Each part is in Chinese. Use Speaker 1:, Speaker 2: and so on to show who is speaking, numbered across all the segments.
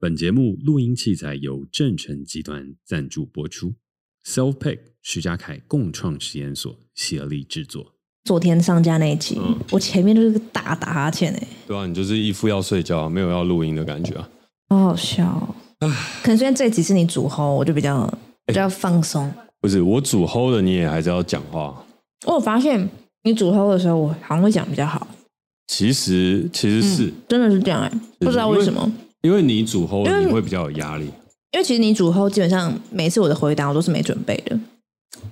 Speaker 1: 本节目录音器材由正成集团赞助播出，SelfPick 徐家凯共创实验所协力制作。
Speaker 2: 昨天上架那一集，
Speaker 3: 嗯
Speaker 2: 我前面就是大打哈欠哎、
Speaker 3: 对啊，你就是一副要睡觉啊，没有要录音的感觉啊。
Speaker 2: 好好笑、哦。可能虽然这集是你主吼，我就比较
Speaker 3: 哎
Speaker 2: 比较放松。
Speaker 3: 不是我主 hold 的，你也还是要讲话。
Speaker 2: 我有发现你主吼的时候，我好像会讲比较好，
Speaker 3: 其实其实是、
Speaker 2: 真的是这样哎、不知道为什么。
Speaker 3: 因为你主 hold，
Speaker 2: 因为
Speaker 3: 你会比较有压力。
Speaker 2: 因为其实你主后基本上每次我的回答我都是没准备的，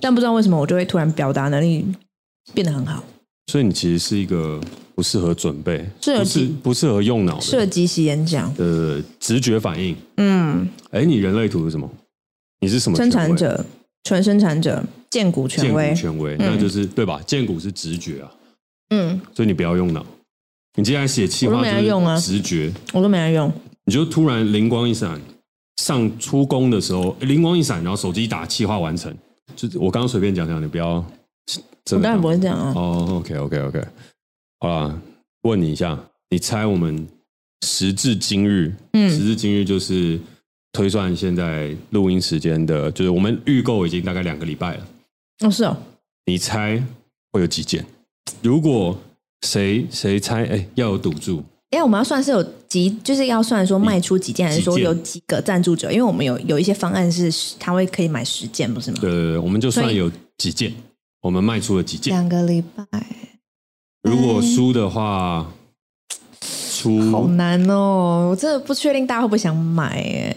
Speaker 2: 但不知道为什么我就会突然表达能力变得很好，
Speaker 3: 所以你其实是一个不适合准备，
Speaker 2: 适合
Speaker 3: 不适
Speaker 2: 记
Speaker 3: 不适合用脑
Speaker 2: 适
Speaker 3: 的
Speaker 2: 合即席演讲。
Speaker 3: 呃直觉反应。
Speaker 2: 嗯，
Speaker 3: 哎，你人类图是什么？你是什么
Speaker 2: 生
Speaker 3: 权
Speaker 2: 产
Speaker 3: 威？
Speaker 2: 者、纯生产者、荐股权
Speaker 3: 剑
Speaker 2: 威
Speaker 3: 骨。权威，那就是对吧？剑骨是直觉啊，
Speaker 2: 嗯，
Speaker 3: 所以你不要用脑。你接下来写气
Speaker 2: 我
Speaker 3: 话
Speaker 2: 都没在用啊
Speaker 3: 就是直觉，
Speaker 2: 我都没来用。
Speaker 3: 你就突然灵光一闪，上出工的时候诶灵光一闪，然后手机一打，气化完成。就是我刚刚随便讲讲，你不要
Speaker 2: 我
Speaker 3: 真的
Speaker 2: 当
Speaker 3: 当。
Speaker 2: 然不会这样啊。
Speaker 3: 哦，OK，OK，OK、o k OK OK，好啦，问你一下，你猜我们时至今日，
Speaker 2: 嗯
Speaker 3: 时至今日就是推算现在录音时间的，就是我们预购已经大概两个礼拜了，
Speaker 2: 哦，是哦，
Speaker 3: 你猜会有几件？如果谁谁猜，哎，要有赌注，
Speaker 2: 因哎为我们要算是有几，就是要算说卖出几件，还是说
Speaker 3: 嗯几件
Speaker 2: 有几个赞助者？因为我们有有一些方案是他会可以买十件，不是吗？
Speaker 3: 对对对，呃我们就
Speaker 2: 所
Speaker 3: 算
Speaker 2: 以
Speaker 3: 有几件，我们卖出了几件。
Speaker 2: 两个礼拜，
Speaker 3: 如果输的话，
Speaker 2: 好
Speaker 3: 出
Speaker 2: 难哦！我真的不确定大家会不会想买耶。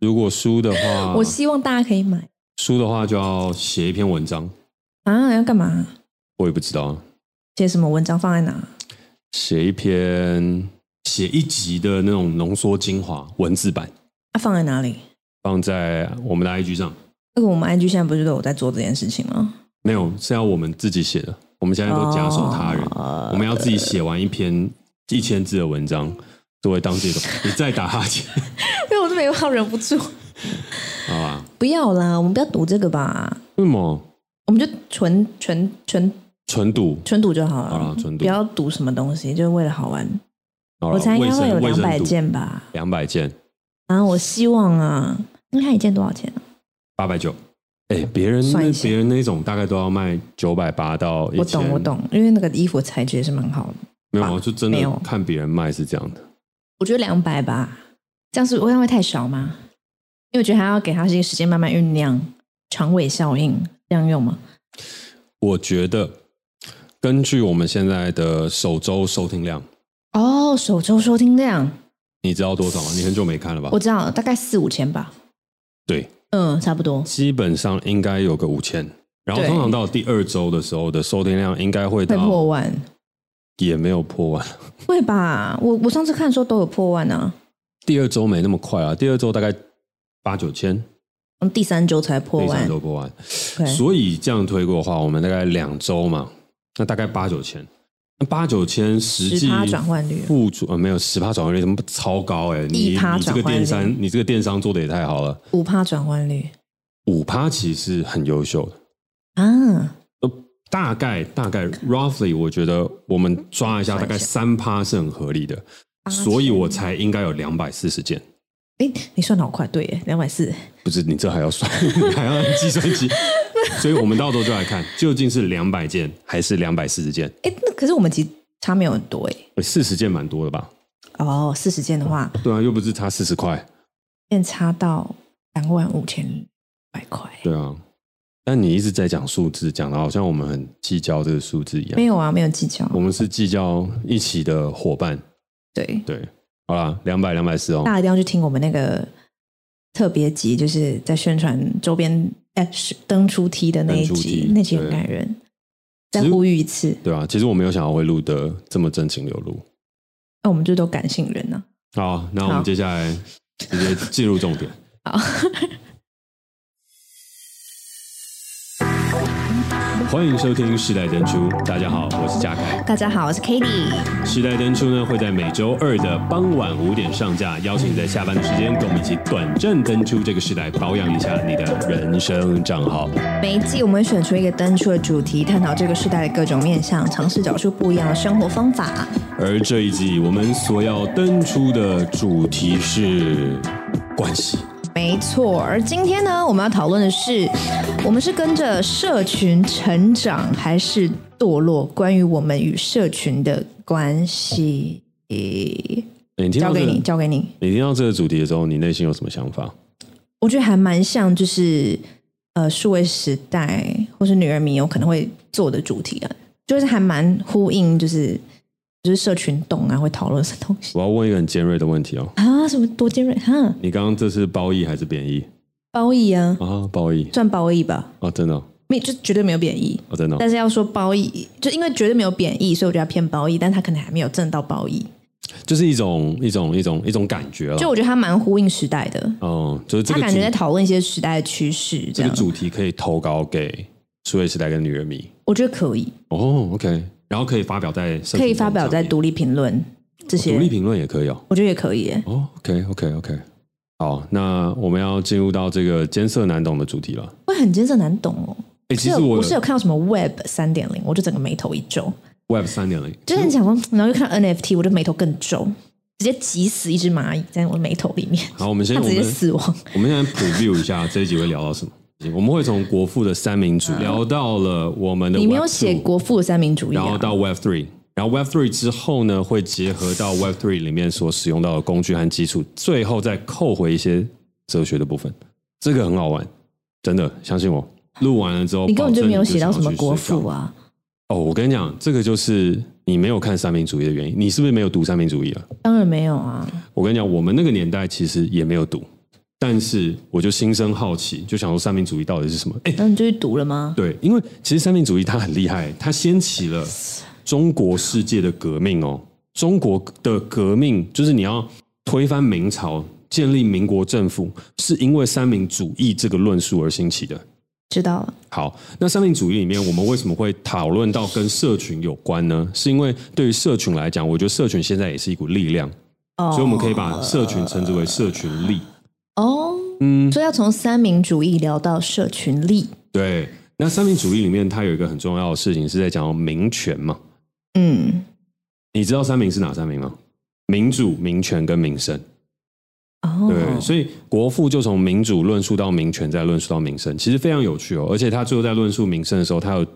Speaker 3: 如果输的话，
Speaker 2: 我希望大家可以买
Speaker 3: 输的话就要写一篇文章，
Speaker 2: 啊，要干嘛？
Speaker 3: 我也不知道，啊
Speaker 2: 写什么文章放在哪？啊
Speaker 3: 写一篇写一集的那种浓缩精华文字版，
Speaker 2: 啊，放在哪里？
Speaker 3: 放在我们的 IG 上。
Speaker 2: 那个我们 IG 现在不是都有在做这件事情吗？
Speaker 3: 没有是要我们自己写的，我们现在都假手他人，
Speaker 2: 哦
Speaker 3: 我们要自己写完一篇一千字的文章。作为当自己 的，你再打哈欠，
Speaker 2: 因为我都没有办法忍不住，
Speaker 3: 好吧？
Speaker 2: 不要啦，我们不要赌这个吧，
Speaker 3: 为什么
Speaker 2: 我们就纯纯纯
Speaker 3: 纯赌？
Speaker 2: 纯赌就好了，
Speaker 3: 好啦纯赌
Speaker 2: 不要赌什么东西，就是为了好玩。
Speaker 3: 好了
Speaker 2: 我猜应
Speaker 3: 卫
Speaker 2: 该会
Speaker 3: 生
Speaker 2: 有
Speaker 3: 卫
Speaker 2: 两
Speaker 3: 生
Speaker 2: 百
Speaker 3: 赌
Speaker 2: 件吧，
Speaker 3: 两百件，
Speaker 2: 啊，我希望啊，那它一件多少钱啊？
Speaker 3: 八百九。哎，别人
Speaker 2: 算
Speaker 3: 那
Speaker 2: 一下
Speaker 3: 别人那种大概都要卖九百八到一
Speaker 2: 我
Speaker 3: 千，
Speaker 2: 懂我，懂，因为那个衣服材质也是蛮好的，
Speaker 3: 没有，就真
Speaker 2: 没有
Speaker 3: 的看别人卖是这样的。
Speaker 2: 我觉得两百吧，这样是会会太少吗？因为我觉得还要给它一些时间慢慢酝酿，长尾效应这样用吗？
Speaker 3: 我觉得根据我们现在的首周收听量，
Speaker 2: 哦，首周收听量
Speaker 3: 你知道多少吗？你很久没看了吧
Speaker 2: 我？知道大概四五千吧，
Speaker 3: 哦对，
Speaker 2: 嗯，差不多。
Speaker 3: 基本上应该有个五千。然后
Speaker 2: 对
Speaker 3: 通常到第二周的时候的收听量应该会
Speaker 2: 会破
Speaker 3: 到，
Speaker 2: 万，
Speaker 3: 也没有破万。
Speaker 2: 会吧？我我上次看说都有破万啊，
Speaker 3: 第二周没那么快啊，第二周大概八九千，
Speaker 2: 嗯第三周才破
Speaker 3: 第
Speaker 2: 万
Speaker 3: 三。周破万。
Speaker 2: 对，
Speaker 3: 所以这样推过的话，我们大概两周嘛，那大概八九千，那八九千实际
Speaker 2: 10%转换率
Speaker 3: 付出呃没有十趴转换率，怎么超高哎、你
Speaker 2: 1%
Speaker 3: 你这个
Speaker 2: 转换率
Speaker 3: 电商，你这个电商做的也太好了，
Speaker 2: 五趴转换率
Speaker 3: 五趴其实是很优秀的。
Speaker 2: 啊，
Speaker 3: 呃，大概大概 roughly，我觉得我们抓一下，
Speaker 2: 算一下
Speaker 3: 大概三趴是很合理的，所以我才应该有两百四十件。
Speaker 2: 哎，你算的好快，对耶，两百四。
Speaker 3: 不是你这还要算， 你还要按计算机，所以我们到时候就来看究竟是两百件还是两百四十件。
Speaker 2: 哎，那可是我们其实差没有很多哎。
Speaker 3: 四十件蛮多的吧？
Speaker 2: 哦，四十件的话，
Speaker 3: 对啊，又不是差四十块。
Speaker 2: 便差到两万五千百块。
Speaker 3: 对啊，但你一直在讲数字，讲的好像我们很计较这个数字一样
Speaker 2: 没。有啊，没有计较。
Speaker 3: 我们是计较一起的伙伴。
Speaker 2: 对，
Speaker 3: 对，好啦，两百两百四哦
Speaker 2: 大。家一定要去听我们那个特别集，就是在宣传周边哎是登出梯的那一
Speaker 3: 登出
Speaker 2: 集
Speaker 3: 梯，
Speaker 2: 那集很
Speaker 3: 对
Speaker 2: 感人。再
Speaker 3: 其实
Speaker 2: 呼吁一次，
Speaker 3: 对啊，其实我没有想到会录的这么真情流露。
Speaker 2: 那哦我们就都感性人呢、
Speaker 3: 好，那我
Speaker 2: 好
Speaker 3: 们接下来直接进入重点。
Speaker 2: 好，
Speaker 3: 欢迎收听《时代登出》，大家好，我是嘉凯。
Speaker 2: 大家好，我是 k a t i e
Speaker 3: 时代登出呢会在每周二的傍晚五点上架，邀请你在下班的时间跟我们一起短暂登出这个时代，保养一下你的人生账号。
Speaker 2: 每一季我们选出一个登出的主题，探讨这个时代的各种面向，尝试找出不一样的生活方法。
Speaker 3: 而这一季我们所要登出的主题是关系。
Speaker 2: 没错，而今天呢，我们要讨论的是，我们是跟着社群成长还是堕落？关于我们与社群的关系，
Speaker 3: 诶哎你听
Speaker 2: 交
Speaker 3: 到
Speaker 2: 给
Speaker 3: 这个
Speaker 2: 你，交给你。
Speaker 3: 你听到这个主题的时候，你内心有什么想法？
Speaker 2: 我觉得还蛮像，就是呃，数位时代或是女人迷有可能会做的主题啊，就是还蛮呼应，就是就是社群动啊，会讨论什么东西
Speaker 3: 我要问一个很尖锐的问题哦，
Speaker 2: 啊，什么多尖锐哈，
Speaker 3: 你刚刚这是褒义还是贬义
Speaker 2: 褒义啊，
Speaker 3: 啊？褒义
Speaker 2: 算褒义吧，
Speaker 3: 啊，真的哦，
Speaker 2: 没就绝对没有贬义。
Speaker 3: 啊真的哦，
Speaker 2: 但是要说褒义，就因为绝对没有贬义，所以我觉得它偏褒义，但它可能还没有正到褒义。
Speaker 3: 就是一种一种一种一种感觉了
Speaker 2: 就。我觉得它蛮呼应时代的，
Speaker 3: 嗯，就是哦这
Speaker 2: 它
Speaker 3: 个
Speaker 2: 感
Speaker 3: 主
Speaker 2: 觉在讨论一些时代的趋势，
Speaker 3: 这
Speaker 2: 这
Speaker 3: 个
Speaker 2: 样
Speaker 3: 主题可以投稿给数位时代跟女人迷。
Speaker 2: 我觉得可以，
Speaker 3: 哦，OK，然后可以发表在社群
Speaker 2: 可以发表在
Speaker 3: 上面
Speaker 2: 独立评论
Speaker 3: 独
Speaker 2: 这
Speaker 3: 立
Speaker 2: 些，
Speaker 3: 评论也可以哦。
Speaker 2: 我觉得也可以耶、
Speaker 3: 哦，OK，OK，OK，、好，那我们要进入到这个艰涩难懂的主题了。
Speaker 2: 会很艰涩难懂哦。
Speaker 3: 哎、
Speaker 2: 是
Speaker 3: 其
Speaker 2: 有
Speaker 3: 实我
Speaker 2: 我是有看到什么 Web 三点零，我就整个眉头一皱，
Speaker 3: Web 三点零，
Speaker 2: 就是你想说，然后又看到 NFT，我就眉头更皱，直接挤死一只蚂蚁在我眉头里面，
Speaker 3: 好，我们先
Speaker 2: 它
Speaker 3: 我
Speaker 2: 直接
Speaker 3: 们
Speaker 2: 死亡。
Speaker 3: 我们现在 preview 一下这一集会聊到什么。我们会从国父的三民主义聊到了我们的 Web
Speaker 2: 嗯你没有写
Speaker 3: two，
Speaker 2: 国父的三民主义
Speaker 3: 然后
Speaker 2: 啊？
Speaker 3: 到 Web Three，然后 Web Three 之后呢，会结合到 Web Three 里面所使用到的工具和基础，最后再扣回一些哲学的部分。这个很好玩，真的，相信我。录完了之后，
Speaker 2: 你根本就没有写到什么国
Speaker 3: 父
Speaker 2: 父。啊？
Speaker 3: 哦，我跟你讲，这个就是你没有看三民主义的原因。你是不是没有读三民主义啊？
Speaker 2: 当然没有啊！
Speaker 3: 我跟你讲，我们那个年代其实也没有读，但是我就心生好奇，就想说三民主义到底是什么？哎，
Speaker 2: 那你就去读了吗？
Speaker 3: 对，因为其实三民主义它很厉害，它掀起了中国世界的革命哦。中国的革命就是你要推翻明朝，建立民国政府，是因为三民主义这个论述而兴起的。
Speaker 2: 知道了，
Speaker 3: 好，那三民主义里面，我们为什么会讨论到跟社群有关呢？是因为对于社群来讲，我觉得社群现在也是一股力量，
Speaker 2: 哦，
Speaker 3: 所以我们可以把社群称之为社群力。
Speaker 2: 哦，
Speaker 3: 嗯，
Speaker 2: 所以要从三民主义聊到社群力，
Speaker 3: 对。那三民主义里面，它有一个很重要的事情是在讲到民权嘛。
Speaker 2: 嗯，
Speaker 3: 你知道三民是哪三民吗？民主、民权跟民生。
Speaker 2: 哦，
Speaker 3: 对，所以国父就从民主论述到民权，再论述到民生，其实非常有趣哦。而且他最后在论述民生的时候，他有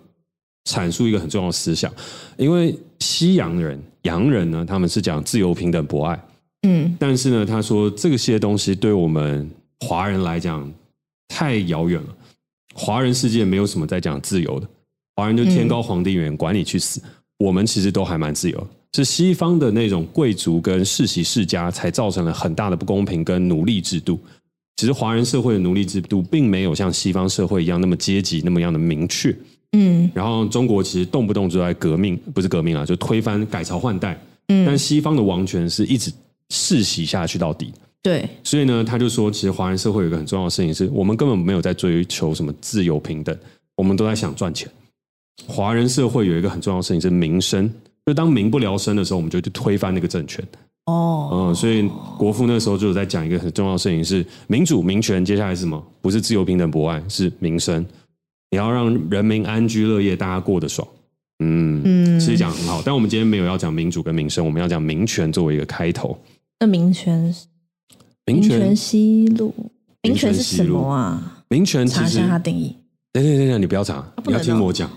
Speaker 3: 阐述一个很重要的思想，因为西洋人、洋人呢，他们是讲自由、平等、博爱，
Speaker 2: 嗯，
Speaker 3: 但是呢，他说这些东西对我们华人来讲太遥远了，华人世界没有什么在讲自由的，华人就天高皇帝远，管你去死。我们其实都还蛮自由的，是西方的那种贵族跟世袭世家才造成了很大的不公平跟奴隶制度。其实华人社会的奴隶制度并没有像西方社会一样那么阶级那么样的明确。
Speaker 2: 嗯，
Speaker 3: 然后中国其实动不动就在革命，不是革命啊，就推翻改朝换代。嗯，但西方的王权是一直世袭下去到底。
Speaker 2: 对，
Speaker 3: 所以呢，他就说，其实华人社会有一个很重要的事情是，我们根本没有在追求什么自由平等，我们都在想赚钱。华人社会有一个很重要的事情是民生，就当民不聊生的时候，我们就去推翻那个政权。
Speaker 2: 哦，
Speaker 3: 嗯，所以国父那时候就有在讲一个很重要的事情是民主、民权，接下来是什么？不是自由、平等、博爱，是民生。你要让人民安居乐业，大家过得爽。嗯，
Speaker 2: 嗯，
Speaker 3: 其实讲得很好，但我们今天没有要讲民主跟民生，我们要讲民权作为一个开头。
Speaker 2: 那民权
Speaker 3: 民
Speaker 2: 权
Speaker 3: 权，
Speaker 2: 西路，民权
Speaker 3: 民权
Speaker 2: 是
Speaker 3: 西
Speaker 2: 什
Speaker 3: 路
Speaker 2: 么啊？
Speaker 3: 民权其
Speaker 2: 查一
Speaker 3: 实
Speaker 2: 下它定义
Speaker 3: 等等等等，你不要查，
Speaker 2: 不
Speaker 3: 你要
Speaker 2: 能
Speaker 3: 听
Speaker 2: 哦
Speaker 3: 我讲。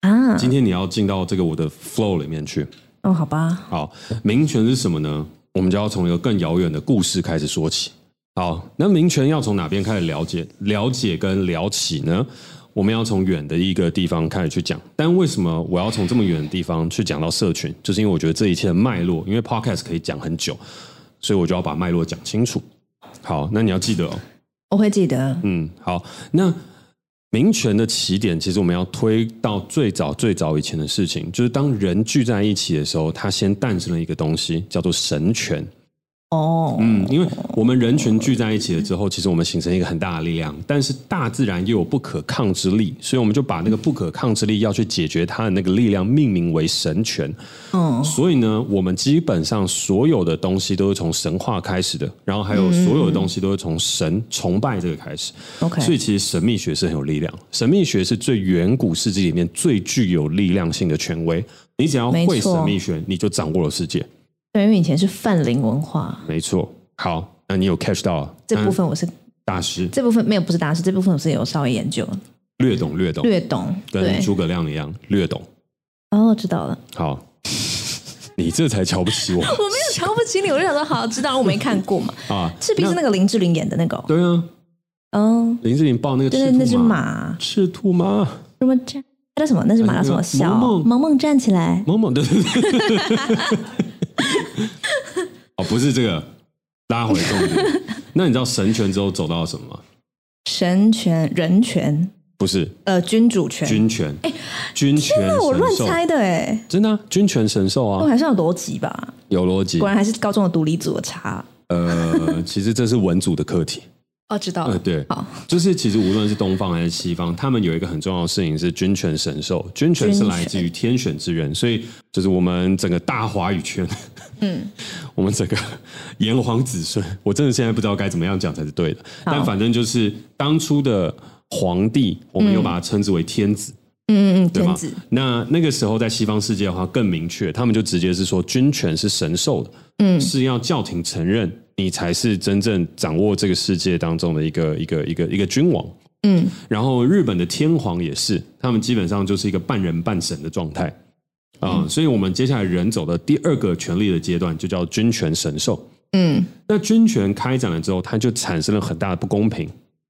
Speaker 2: 啊。
Speaker 3: 今天你要进到这个我的 flow 里面去。
Speaker 2: 哦，好吧，
Speaker 3: 好，民权是什么呢？我们就要从一个更遥远的故事开始说起。好，那民权要从哪边开始了解、了解跟聊起呢？我们要从远的一个地方开始去讲。但为什么我要从这么远的地方去讲到社群？就是因为我觉得这一切的脉络，因为 podcast 可以讲很久，所以我就要把脉络讲清楚。好，那你要记得哦，
Speaker 2: 我会记得。
Speaker 3: 嗯，好，那民权的起点，其实我们要推到最早最早以前的事情，就是当人聚在一起的时候，它先诞生了一个东西，叫做神权。
Speaker 2: 哦，
Speaker 3: 嗯，因为我们人群聚在一起了之后，其实我们形成一个很大的力量，但是大自然又有不可抗之力，所以我们就把那个不可抗之力要去解决它的那个力量命名为神权。
Speaker 2: 嗯，
Speaker 3: 所以呢，我们基本上所有的东西都是从神话开始的，然后还有所有的东西都是从神崇拜这个开始。
Speaker 2: OK
Speaker 3: 所以其实神秘学是很有力量，神秘学是最远古世纪里面最具有力量性的权威。你只要
Speaker 2: 没
Speaker 3: 会
Speaker 2: 错
Speaker 3: 神秘学，你就掌握了世界。
Speaker 2: 对，因为以前是泛灵文化
Speaker 3: 没错，好，那你有 catch 到啊
Speaker 2: 这部
Speaker 3: 嗯
Speaker 2: 分，我是
Speaker 3: 大师
Speaker 2: 这部分没有不是大师，这部分我是有稍微研究
Speaker 3: 略懂略懂，
Speaker 2: 略懂，
Speaker 3: 跟
Speaker 2: 对，
Speaker 3: 诸葛亮一样略懂。
Speaker 2: 哦，知道了。
Speaker 3: 好， 你这才瞧不起 我
Speaker 2: 我没有瞧不起你，我就想说好，知道我没看 过嘛。
Speaker 3: 啊！
Speaker 2: 赤壁是那个林志玲演的那个哦，
Speaker 3: 对啊，
Speaker 2: 哦，
Speaker 3: 林志玲抱那个
Speaker 2: 对
Speaker 3: 赤
Speaker 2: 对，
Speaker 3: 兔
Speaker 2: 那只，马
Speaker 3: 赤兔马，
Speaker 2: 什么站，那叫什么？那只马叫什么？
Speaker 3: 哎那
Speaker 2: 小
Speaker 3: 个萌萌
Speaker 2: 萌萌站起来，
Speaker 3: 萌萌的。对对对 哦，不是这个，拉回重点。那你知道神权之后走到了什么吗？
Speaker 2: 神权、人权、
Speaker 3: 不是
Speaker 2: 呃，君主权。
Speaker 3: 军权，军权
Speaker 2: 那哎我乱
Speaker 3: 神授，
Speaker 2: 猜的哎，
Speaker 3: 真的啊军权神授
Speaker 2: 我
Speaker 3: 啊，
Speaker 2: 还算有逻辑吧？
Speaker 3: 有逻辑
Speaker 2: 果。然还是高中的独立组的差。
Speaker 3: 呃，其实这是文组的课题。
Speaker 2: 哦，知道
Speaker 3: 呃，
Speaker 2: 了。
Speaker 3: 对，
Speaker 2: 好，
Speaker 3: 就是其实无论是东方还是西方，他们有一个很重要的事情是君权神授，君权是来自于天选之人，所以就是我们整个大华语圈，
Speaker 2: 嗯，
Speaker 3: 我们整个炎黄子孙，我真的现在不知道该怎么样讲才是对的，
Speaker 2: 好
Speaker 3: 但反正就是当初的皇帝，我们又
Speaker 2: 嗯
Speaker 3: 把它称之为天子，
Speaker 2: 嗯嗯嗯，
Speaker 3: 对
Speaker 2: 天
Speaker 3: 吗
Speaker 2: 子，？
Speaker 3: 那那个时候在西方世界的话更明确，他们就直接是说君权是神授的，嗯，是要教廷承认你才是真正掌握这个世界当中的一个一个一个一个君王。
Speaker 2: 嗯，
Speaker 3: 然后日本的天皇也是，他们基本上就是一个半人半神的状态啊、
Speaker 2: 嗯
Speaker 3: 所以我们接下来人走的第二个权力的阶段就叫君权神授。
Speaker 2: 嗯，
Speaker 3: 那君权开展了之后，它就产生了很大的不公平，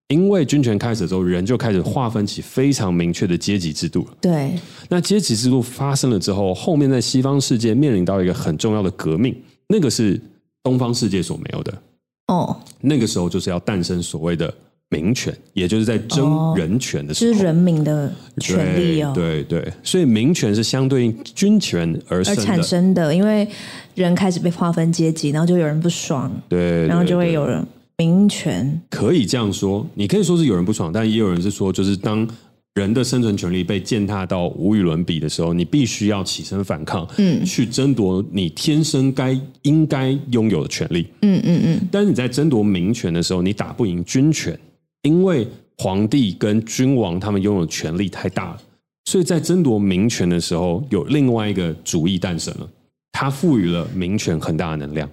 Speaker 3: 因为君权开始之后，人就开始划分起非常明确的阶级制度了。
Speaker 2: 对，
Speaker 3: 那阶级制度发生了之后，后面在西方世界面临到一个很重要的革命，那个是东方世界所没有的。
Speaker 2: 哦，
Speaker 3: 那个时候就是要诞生所谓的民权，也就是在争
Speaker 2: 哦
Speaker 3: 人权的时
Speaker 2: 就
Speaker 3: 候。
Speaker 2: 是人民的权利哦，
Speaker 3: 对对对，所以民权是相对应军权而生
Speaker 2: 而
Speaker 3: 的，
Speaker 2: 产生的，因为人开始被划分阶级，然后就有人不爽，
Speaker 3: 对对对
Speaker 2: 然后就会有人民权，
Speaker 3: 可以这样说，你可以说是有人不爽，但也有人是说，就是当人的生存权利被践踏到无与伦比的时候，你必须要起身反抗，嗯，去争夺你天生该应该拥有的权利。
Speaker 2: 嗯嗯嗯，
Speaker 3: 但是你在争夺民权的时候，你打不赢军权，因为皇帝跟君王他们拥有的权力太大了，所以在争夺民权的时候，有另外一个主义诞生了，它赋予了民权很大的能量。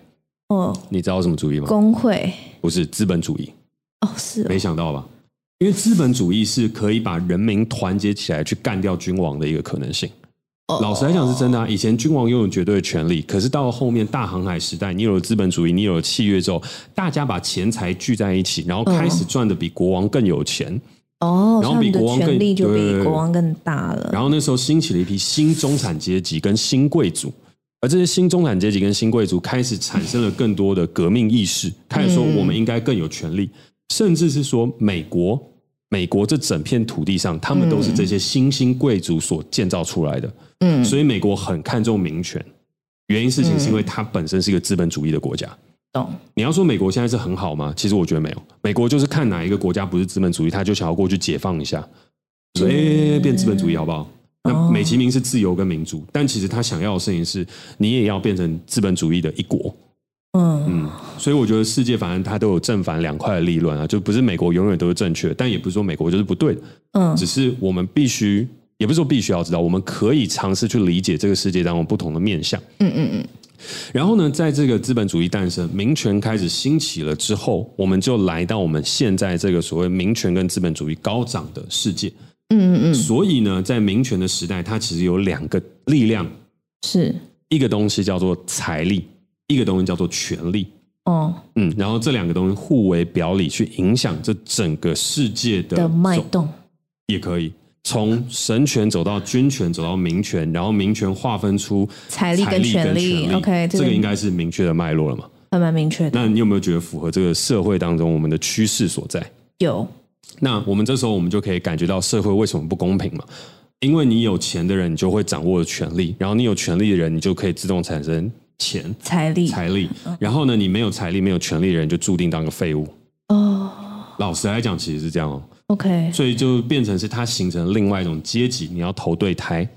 Speaker 2: 哦，
Speaker 3: 你知道什么主义吗？
Speaker 2: 工会，
Speaker 3: 不是资本主义，
Speaker 2: 哦是哦
Speaker 3: 没想到吧？因为资本主义是可以把人民团结起来去干掉君王的一个可能性。
Speaker 2: 哦
Speaker 3: 老实来讲是真的、啊，以前君王拥有绝对的权利，可是到了后面大航海时代，你有了资本主义，你有了契约之后，大家把钱财聚在一起，然后开始赚的比国王更有钱，
Speaker 2: 哦，
Speaker 3: 然
Speaker 2: 他
Speaker 3: 后比
Speaker 2: 们的
Speaker 3: 国王更
Speaker 2: 权力就
Speaker 3: 对对
Speaker 2: 比
Speaker 3: 对
Speaker 2: 国王更大了，
Speaker 3: 然后那时候兴起了一批新中产阶级跟新贵族，而这些新中产阶级跟新贵族开始产生了更多的革命意识，开始说我们应该更有权利，甚至是说美国，美国这整片土地上，他们都是这些新兴贵族所建造出来的，
Speaker 2: 嗯
Speaker 3: 所以美国很看重民权。原因事情是因为它本身是一个资本主义的国家，
Speaker 2: 懂，
Speaker 3: 你要说美国现在是很好吗？其实我觉得没有，美国就是看哪一个国家不是资本主义，他就想要过去解放一下，说哎、诶变资本主义好不好？那
Speaker 2: 哦
Speaker 3: 美其名是自由跟民主，但其实他想要的事情是你也要变成资本主义的一国。
Speaker 2: 嗯
Speaker 3: 所以我觉得世界反正它都有正反两块的立论啊，就不是美国永远都是正确，但也不是说美国就是不对的，
Speaker 2: 嗯
Speaker 3: 只是我们必须，也不是说必须要知道，我们可以尝试去理解这个世界当中不同的面向。
Speaker 2: 嗯嗯嗯，
Speaker 3: 然后呢，在这个资本主义诞生、民权开始兴起了之后，我们就来到我们现在这个所谓民权跟资本主义高涨的世界。嗯嗯嗯。所以呢，在民权的时代，它其实有两个力量，
Speaker 2: 是，
Speaker 3: 一个东西叫做财力，一个东西叫做权力。
Speaker 2: 哦
Speaker 3: 嗯，然后这两个东西互为表里，去影响这整个世界的
Speaker 2: 的脉
Speaker 3: 走
Speaker 2: 动，
Speaker 3: 也可以。从神权走到军权，走到民权，然后民权划分出
Speaker 2: 财力跟权力
Speaker 3: 力
Speaker 2: OK，
Speaker 3: 这
Speaker 2: 这
Speaker 3: 个
Speaker 2: 个
Speaker 3: 应该是明确的脉络了嘛？
Speaker 2: 还蛮明确的，
Speaker 3: 那你有没有觉得符合这个社会当中我们的趋势所在？
Speaker 2: 有，
Speaker 3: 那我们这时候我们就可以感觉到社会为什么不公平嘛？因为你有钱的人，你就会掌握权力；然后你有权力的人，你就可以自动产生钱、
Speaker 2: 财力
Speaker 3: 财力，然后呢，你没有财力、没有权利的人，就注定当个废物。
Speaker 2: 哦
Speaker 3: 老实来讲，其实是这样哦，
Speaker 2: ，OK，
Speaker 3: 所以就变成是它形成了另外一种阶级，你要投对胎。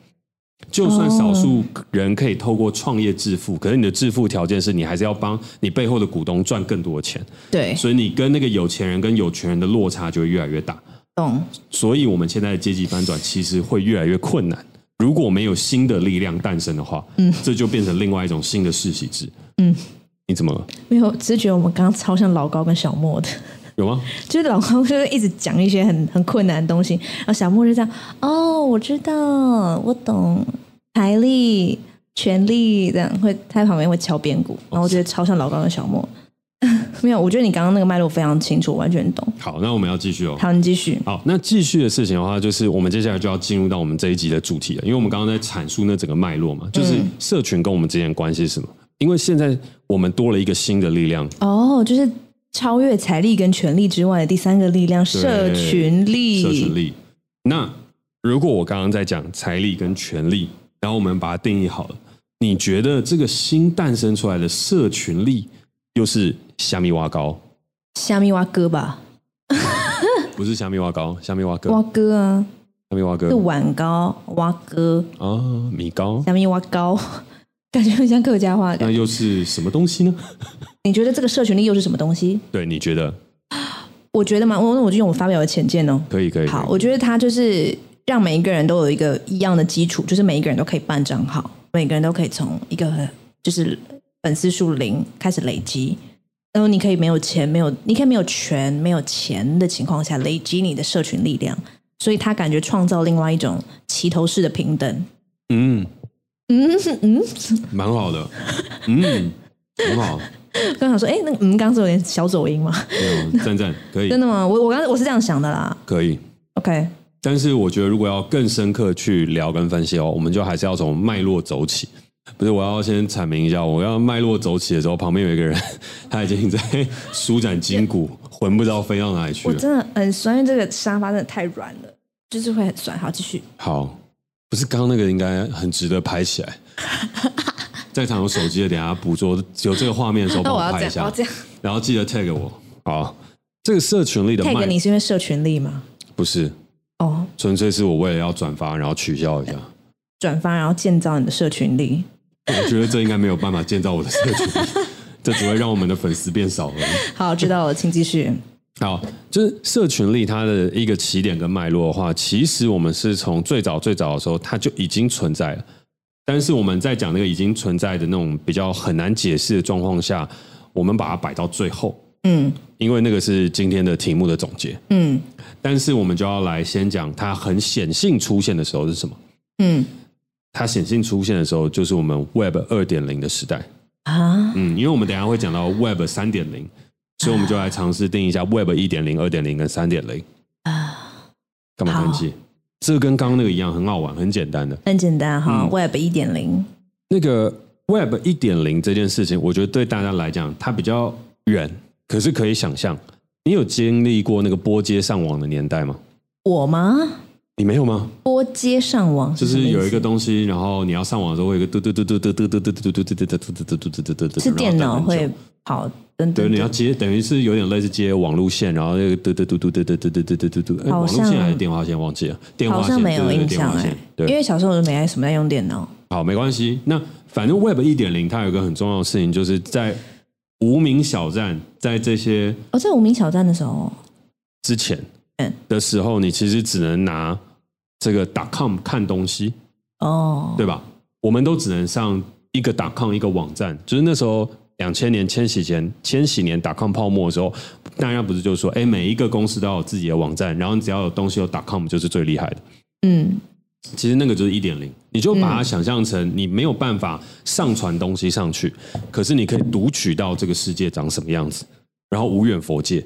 Speaker 3: 就算少数人可以透过创业致富，可是你的致富条件是你还是要帮你背后的股东赚更多的钱，
Speaker 2: 对，
Speaker 3: 所以你跟那个有钱人跟有权人的落差就会越来越大。
Speaker 2: 懂，
Speaker 3: 所以我们现在的阶级翻转其实会越来越困难。如果没有新的力量诞生的话，嗯，这就变成另外一种新的世袭制。
Speaker 2: 嗯，
Speaker 3: 你怎么了？
Speaker 2: 没有，只是觉得我们刚刚超像老高跟小莫的。
Speaker 3: 有吗？
Speaker 2: 就是老公就是一直讲一些很很困难的东西，然后小莫就这样，哦，我知道，我懂，财力、权力这样会，他在旁边会敲边鼓，然后我觉得超像老高跟小莫。 没有，我觉得你刚刚那个脉络非常清楚，我完全懂。
Speaker 3: 好，那我们要继续哦。
Speaker 2: 好，你继续。
Speaker 3: 好，那继续的事情的话，就是我们接下来就要进入到我们这一集的主题了，因为我们刚刚在阐述那整个脉络嘛，就是
Speaker 2: 嗯
Speaker 3: 社群跟我们之间的关系是什么。因为现在我们多了一个新的力量，
Speaker 2: 哦，就是超越财力跟权力之外的第三个力量——社群力。
Speaker 3: 社群力。那如果我刚刚在讲财力跟权力，然后我们把它定义好了，你觉得这个新诞生出来的社群力又是虾米蛙糕？
Speaker 2: 虾米蛙哥吧，
Speaker 3: 不是虾米蛙糕，虾米蛙哥，
Speaker 2: 蛙哥啊，
Speaker 3: 虾米蛙哥
Speaker 2: 是碗糕、蛙哥、
Speaker 3: 啊，米糕，
Speaker 2: 虾米蛙糕， 感觉很像客家话的感觉
Speaker 3: 那又是什么东西呢？
Speaker 2: 你觉得这个社群力又是什么东西？
Speaker 3: 对，你觉得
Speaker 2: 我觉得嘛，我那我就用我发表的浅见哦。
Speaker 3: 可以？可以，
Speaker 2: 好，
Speaker 3: 可以
Speaker 2: 我觉得它就是让每一个人都有一个一样的基础，就是每一个人都可以办账号，每个人都可以从一个很就是粉丝数零开始累积。然后你可以没有钱，没有你可以没有权、没有钱的情况下累积你的社群力量，所以他感觉创造另外一种齐头式的平等。
Speaker 3: 嗯，
Speaker 2: 嗯嗯，
Speaker 3: 蛮好的，嗯，很好，
Speaker 2: 刚想说，哎，那个嗯，刚刚是有点小走音吗？
Speaker 3: 没有赞赞，可以
Speaker 2: 真，的吗？我我刚我是这样想的啦。
Speaker 3: 可以。
Speaker 2: OK，
Speaker 3: 但是我觉得，如果要更深刻去聊跟分析哦，我们就还是要从脉络走起。不是，我要先阐明一下，我要脉络走起的时候，旁边有一个人， 他已经在舒展筋骨，魂不知道飞到哪里去
Speaker 2: 我
Speaker 3: 了。
Speaker 2: 真的很酸，因为这个沙发真的太软了，就是会很酸。好，继续。
Speaker 3: 好，不是刚刚那个应该很值得拍起 来。在场有手机的，等一下捕捉有这个画 面的时候，
Speaker 2: 那
Speaker 3: 帮
Speaker 2: 我
Speaker 3: 我
Speaker 2: 要
Speaker 3: 拍
Speaker 2: 这
Speaker 3: 一
Speaker 2: 样，
Speaker 3: 下
Speaker 2: 我要，这样。
Speaker 3: 然后记得 tag 我。好，这个社群里的
Speaker 2: tag
Speaker 3: 脉
Speaker 2: 你是因为社群力吗？
Speaker 3: 不是，
Speaker 2: 哦，
Speaker 3: 纯粹是我为了要转发，然后取消一下。
Speaker 2: 转发然后建造你的社群力。
Speaker 3: 我觉得这应该没有办法建造我的社群， 这只会让我们的粉丝变少而已。
Speaker 2: 好，知道了，请继 续。
Speaker 3: 好，就是社群力它的一个起点跟脉络的话，其实我们是从最早最早的时候，它就已经存在了。但是我们在讲那个已经存在的那种比较很难解释的状况下，我们把它摆到最后，
Speaker 2: 嗯
Speaker 3: 因为那个是今天的题目的总结。
Speaker 2: 嗯
Speaker 3: 但是我们就要来先讲它很显性出现的时候是什么？
Speaker 2: 嗯
Speaker 3: 它显性出现的时候，就是我们 Web 二点零的时代。
Speaker 2: 啊，
Speaker 3: 嗯，因为我们等一下会讲到 Web 三点零，所以我们就来尝试定一下 Web 一点零、二点零跟三点零干嘛
Speaker 2: 好
Speaker 3: 叹气？这跟刚刚那个一样，很好玩，很简单的。
Speaker 2: 很简单
Speaker 3: 嗯
Speaker 2: 哈、w e b 一点零。
Speaker 3: 那个 Web 一点零这件事情，我觉得对大家来讲，它比较远，可是可以想象。你有经历过那个拨接上网的年代吗？
Speaker 2: 我吗？
Speaker 3: 你没有吗？
Speaker 2: 拨接上网
Speaker 3: 就是
Speaker 2: 什么
Speaker 3: 是
Speaker 2: 意思
Speaker 3: 有一个东西，然后你要上网的时候，会有一个嘟嘟嘟嘟嘟嘟嘟嘟嘟嘟嘟嘟嘟嘟嘟嘟嘟嘟嘟，
Speaker 2: 是电脑会跑，等
Speaker 3: 对，
Speaker 2: 等
Speaker 3: 你要
Speaker 2: 等，
Speaker 3: 接，等于是有点类似接网路线，然后那个嘟嘟嘟嘟嘟嘟嘟嘟嘟嘟嘟嘟，哎，
Speaker 2: 好
Speaker 3: 网路线
Speaker 2: 像
Speaker 3: 还是电话线忘记了，电话
Speaker 2: 好
Speaker 3: 线
Speaker 2: 像没有
Speaker 3: 对对对
Speaker 2: 印象
Speaker 3: 电话
Speaker 2: 哎、
Speaker 3: 线
Speaker 2: 因
Speaker 3: 对，
Speaker 2: 为小时候我就没爱什么在用电脑。
Speaker 3: 好，没关系。那反正 Web 一点零它有一个很重要的事情，就是在无名小站在这些
Speaker 2: 哦，在无名小站的时候，
Speaker 3: 之前
Speaker 2: 嗯
Speaker 3: 的时候，你其实只能拿这个 .com 看东西，
Speaker 2: 哦，
Speaker 3: 对吧？我们都只能上一个 .com 一个网站，就是那时候两千年千禧前千禧年 .com 泡沫的时候，大家不是就说，哎，每一个公司都要有自己的网站，然后你只要有东西有 .com 就是最厉害的。
Speaker 2: 嗯，
Speaker 3: 其实那个就是一点零，你就把它想象成你没有办法上传东西上去，可是你可以读取到这个世界长什么样子，然后无远佛界。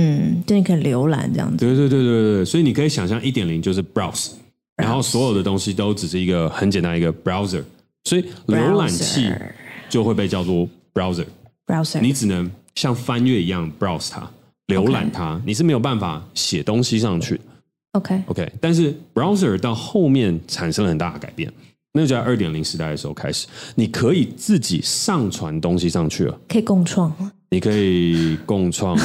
Speaker 2: 嗯，就你可以浏览这样子。
Speaker 3: 对对对对对，所以你可以想象一点零就是 browse，然后所有的东西都只是一个很简单一个 browser，所以浏览器
Speaker 2: Browser
Speaker 3: 就会被叫做 browser，
Speaker 2: browser，
Speaker 3: 你只能像翻阅一样 browse 它，浏览它，你是没有办法写东西上去的。
Speaker 2: OK，
Speaker 3: OK，但是 browser 到后面产生了很大的改变，那就在二点零时代的时候开始，你可以自己上传东西上去了，
Speaker 2: 可以共创。
Speaker 3: 你可以共 创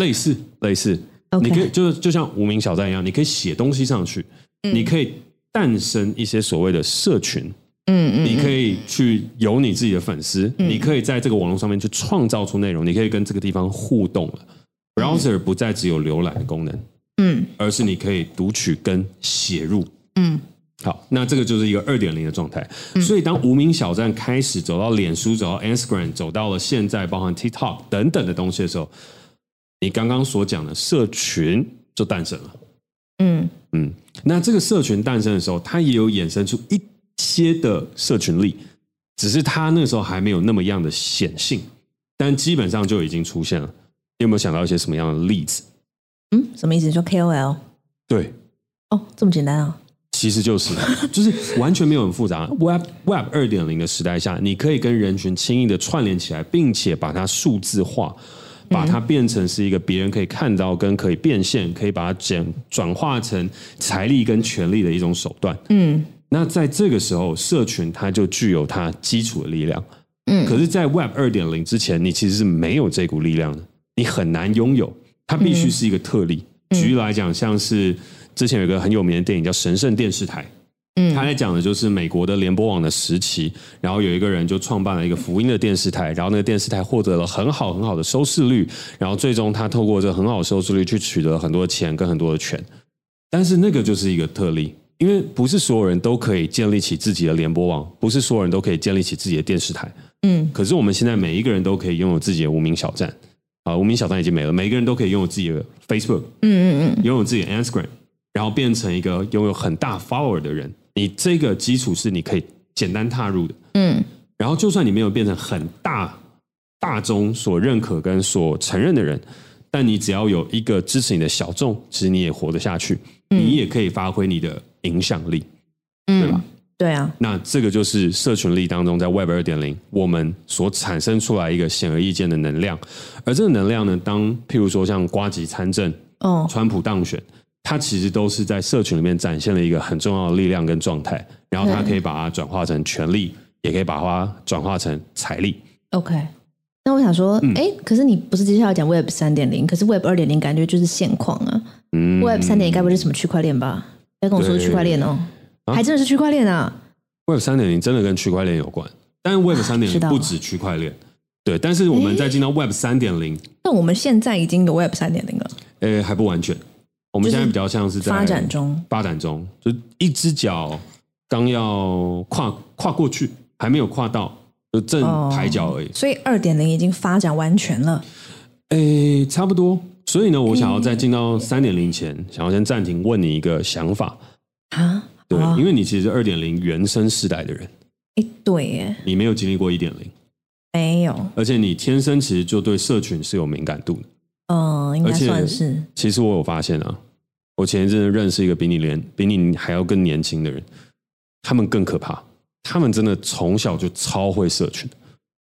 Speaker 3: 类似类似
Speaker 2: OK
Speaker 3: 你可以就是就像无名小站一样，你可以写东西上去，你可以诞生一些所谓的社群，
Speaker 2: 嗯嗯，
Speaker 3: 你可以去有你自己的粉丝，你可以在这个网络上面去创造出内容，你可以跟这个地方互动了。Browser 不再只有浏览的功能，
Speaker 2: 嗯
Speaker 3: 而是你可以读取跟写入。
Speaker 2: 嗯，
Speaker 3: 好，那这个就是一个二点零的状态。所以，当无名小站开始走到脸书、走到 Instagram、走到了现在包含 TikTok 等等的东西的时候，你刚刚所讲的社群就诞生了。
Speaker 2: 嗯
Speaker 3: 嗯，那这个社群诞生的时候，它也有衍生出一些的社群力，只是它那时候还没有那么样的显性，但基本上就已经出现了。你有没有想到一些什么样的例子？
Speaker 2: 嗯，什么意思？你说 KOL
Speaker 3: 对，
Speaker 2: 哦，这么简单啊？
Speaker 3: 其实就是就是完全没有很复杂。Web Web 二点零的时代下，你可以跟人群轻易的串联起来，并且把它数字化，把它变成是一个别人可以看到跟可以变现，可以把它转转化成财力跟权力的一种手段。
Speaker 2: 嗯
Speaker 3: 那在这个时候，社群它就具有它基础的力量。
Speaker 2: 嗯
Speaker 3: 可是，在 Web 二点零之前，你其实是没有这股力量的，你很难拥有。它必须是一个特例。
Speaker 2: 嗯
Speaker 3: 举例来讲，像是之前有一个很有名的电影叫《神圣电视台》，他
Speaker 2: 嗯
Speaker 3: 在讲的就是美国的联播网的时期，然后有一个人就创办了一个福音的电视台，然后那个电视台获得了很好很好的收视率，然后最终他透过这很好的收视率去取得很多钱跟很多的权，但是那个就是一个特例。因为不是所有人都可以建立起自己的联播网，不是所有人都可以建立起自己的电视台。
Speaker 2: 嗯
Speaker 3: 可是我们现在每一个人都可以拥有自己的无名小站，啊，无名小站已经没了，每一个人都可以拥有自己的 Facebook，
Speaker 2: 嗯嗯嗯，
Speaker 3: 拥有自己的 Instagram，然后变成一个拥有很大 follower 的人，你这个基础是你可以简单踏入的。
Speaker 2: 嗯
Speaker 3: 然后就算你没有变成很大大众所认可跟所承认的人，但你只要有一个支持你的小众，其实你也活得下去，你也可以发挥你的影响力。对吧
Speaker 2: 嗯嗯，对啊，
Speaker 3: 那这个就是社群力当中，在 Web 二点零，我们所产生出来一个显而易见的能量。而这个能量呢，当譬如说像瓜吉参政、
Speaker 2: 哦，
Speaker 3: 川普当选，它其实都是在社群里面展现了一个很重要的力量跟状态，然后它可以把它转化成权力，也可以把它转化成财力。
Speaker 2: OK，那我想说，哎、可是你不是接下来讲 Web 三点零，可是 Web 二点零感觉就是现况啊。
Speaker 3: 嗯
Speaker 2: Web 三点零该不会是什么区块链吧？不要跟我说是区块链哦，
Speaker 3: 啊
Speaker 2: 还真的是区块链啊。
Speaker 3: Web 三点零真的跟区块链有关，但 Web 三点
Speaker 2: 啊知
Speaker 3: 零
Speaker 2: 道了
Speaker 3: 不止区块链，对。但是我们在进到 Web 三点零，
Speaker 2: 那我们现在已经有 Web 三点零了，
Speaker 3: 呃，还不完全。我们
Speaker 2: 就是
Speaker 3: 现在比较像是在
Speaker 2: 发展中。
Speaker 3: 发展中，就一只脚刚要跨跨过去，还没有跨到，就正
Speaker 2: 哦
Speaker 3: 抬脚而已。
Speaker 2: 所以二点零已经发展完全了。
Speaker 3: 诶、差不多。所以呢，我想要
Speaker 2: 嗯
Speaker 3: 在进到三点零前，想要先暂停问你一个想法，
Speaker 2: 啊，
Speaker 3: 对，
Speaker 2: 好啊
Speaker 3: 因为你其实二点零原生世代的人，
Speaker 2: 哎，对耶，
Speaker 3: 你没有经历过一点零，
Speaker 2: 没有，
Speaker 3: 而且你天生其实就对社群是有敏感度的。
Speaker 2: 嗯、应该
Speaker 3: 而且
Speaker 2: 算是，
Speaker 3: 其实我有发现啊，我前一阵子认识一个比你年比你还要更年轻的人，他们更可怕，他们真的从小就超会社群，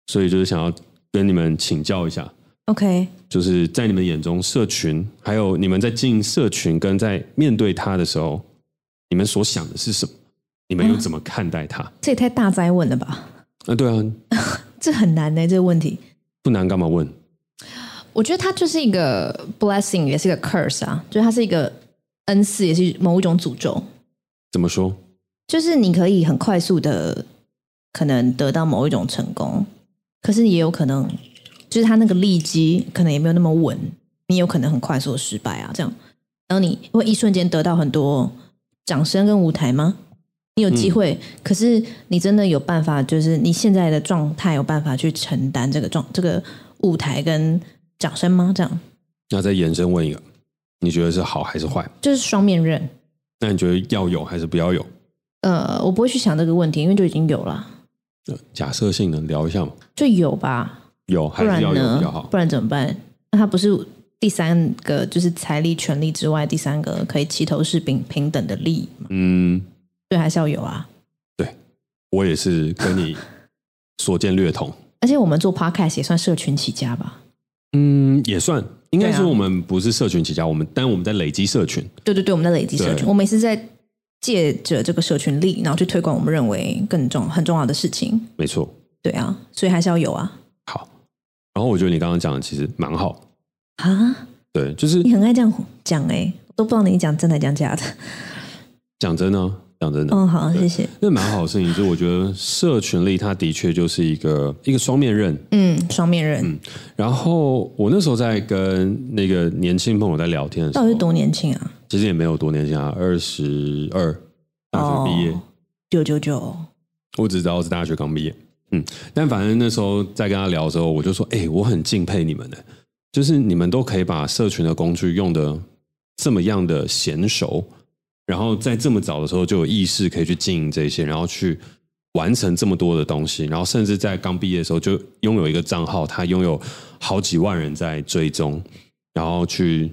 Speaker 3: 所以就是想要跟你们请教一下，
Speaker 2: OK，
Speaker 3: 就是在你们眼中，社群还有你们在经营社群跟在面对它的时候，你们所想的是什么？你们又怎么看待它？
Speaker 2: 这也太大灾问了吧？
Speaker 3: 啊，对啊，
Speaker 2: 这很难呢、这个问题。
Speaker 3: 不难干嘛问？
Speaker 2: 我觉得它就是一个 blessing，也是一个 curse 啊，就是它是一个恩赐，也是某一种诅咒。
Speaker 3: 怎么说？
Speaker 2: 就是你可以很快速的可能得到某一种成功，可是也有可能就是他那个利基可能也没有那么稳，你有可能很快速的失败啊，这样，然后你会一瞬间得到很多掌声跟舞台吗？你有机会，可是你真的有办法，就是你现在的状态有办法去承担这个状这个舞台跟掌声吗？这样
Speaker 3: 那再延伸问一个，你觉得是好还是坏？
Speaker 2: 就是双面刃。
Speaker 3: 那你觉得要有还是不要有？
Speaker 2: 呃，我不会去想这个问题，因为就已经有了，
Speaker 3: 呃假设性能聊一下吗？
Speaker 2: 就有吧。
Speaker 3: 有
Speaker 2: 不
Speaker 3: 还
Speaker 2: 然
Speaker 3: 是要有比较
Speaker 2: 呢？
Speaker 3: 好
Speaker 2: 不。然怎么办？那他不是第三个，就是财力、权力之外，第三个可以齐头是平平等的利益嘛？
Speaker 3: 嗯，
Speaker 2: 对，还是要有啊。
Speaker 3: 我也是跟你所见略同。
Speaker 2: 而且我们做 podcast 也算社群起家吧？
Speaker 3: 嗯，也算。应该
Speaker 2: 对啊
Speaker 3: 说我们不是社群起家，我们但我们在累积社群。
Speaker 2: 对对对，我们在累积社群，
Speaker 3: 对
Speaker 2: 我们也是在借着这个社群力，然后去推广我们认为更重很重要的事情。
Speaker 3: 没错。
Speaker 2: 对啊，所以还是要有啊
Speaker 3: 然后我觉得你刚刚讲的其实蛮好，
Speaker 2: 啊！
Speaker 3: 对，就是
Speaker 2: 你很爱这样讲哎、都不知道你讲真的讲假的。
Speaker 3: 讲真呢、讲真的，
Speaker 2: 嗯，好，
Speaker 3: 对
Speaker 2: 谢谢。
Speaker 3: 那蛮好的事情是，我觉得社群力它的确就是一个一个双面刃。
Speaker 2: 嗯，双面人、
Speaker 3: 然后我那时候在跟那个年轻朋友在聊天的时
Speaker 2: 到底是
Speaker 3: 候，
Speaker 2: 多年轻啊？
Speaker 3: 其实也没有多年轻啊，二十二，大学毕业，
Speaker 2: 哦九九九，
Speaker 3: 我只知道我是大学刚毕业。嗯，但反正那时候在跟他聊的时候，我就说，哎、我很敬佩你们呢、就是你们都可以把社群的工具用的这么样的娴熟，然后在这么早的时候就有意识可以去经营这些，然后去完成这么多的东西，然后甚至在刚毕业的时候就拥有一个账号，他拥有好几万人在追踪，然后去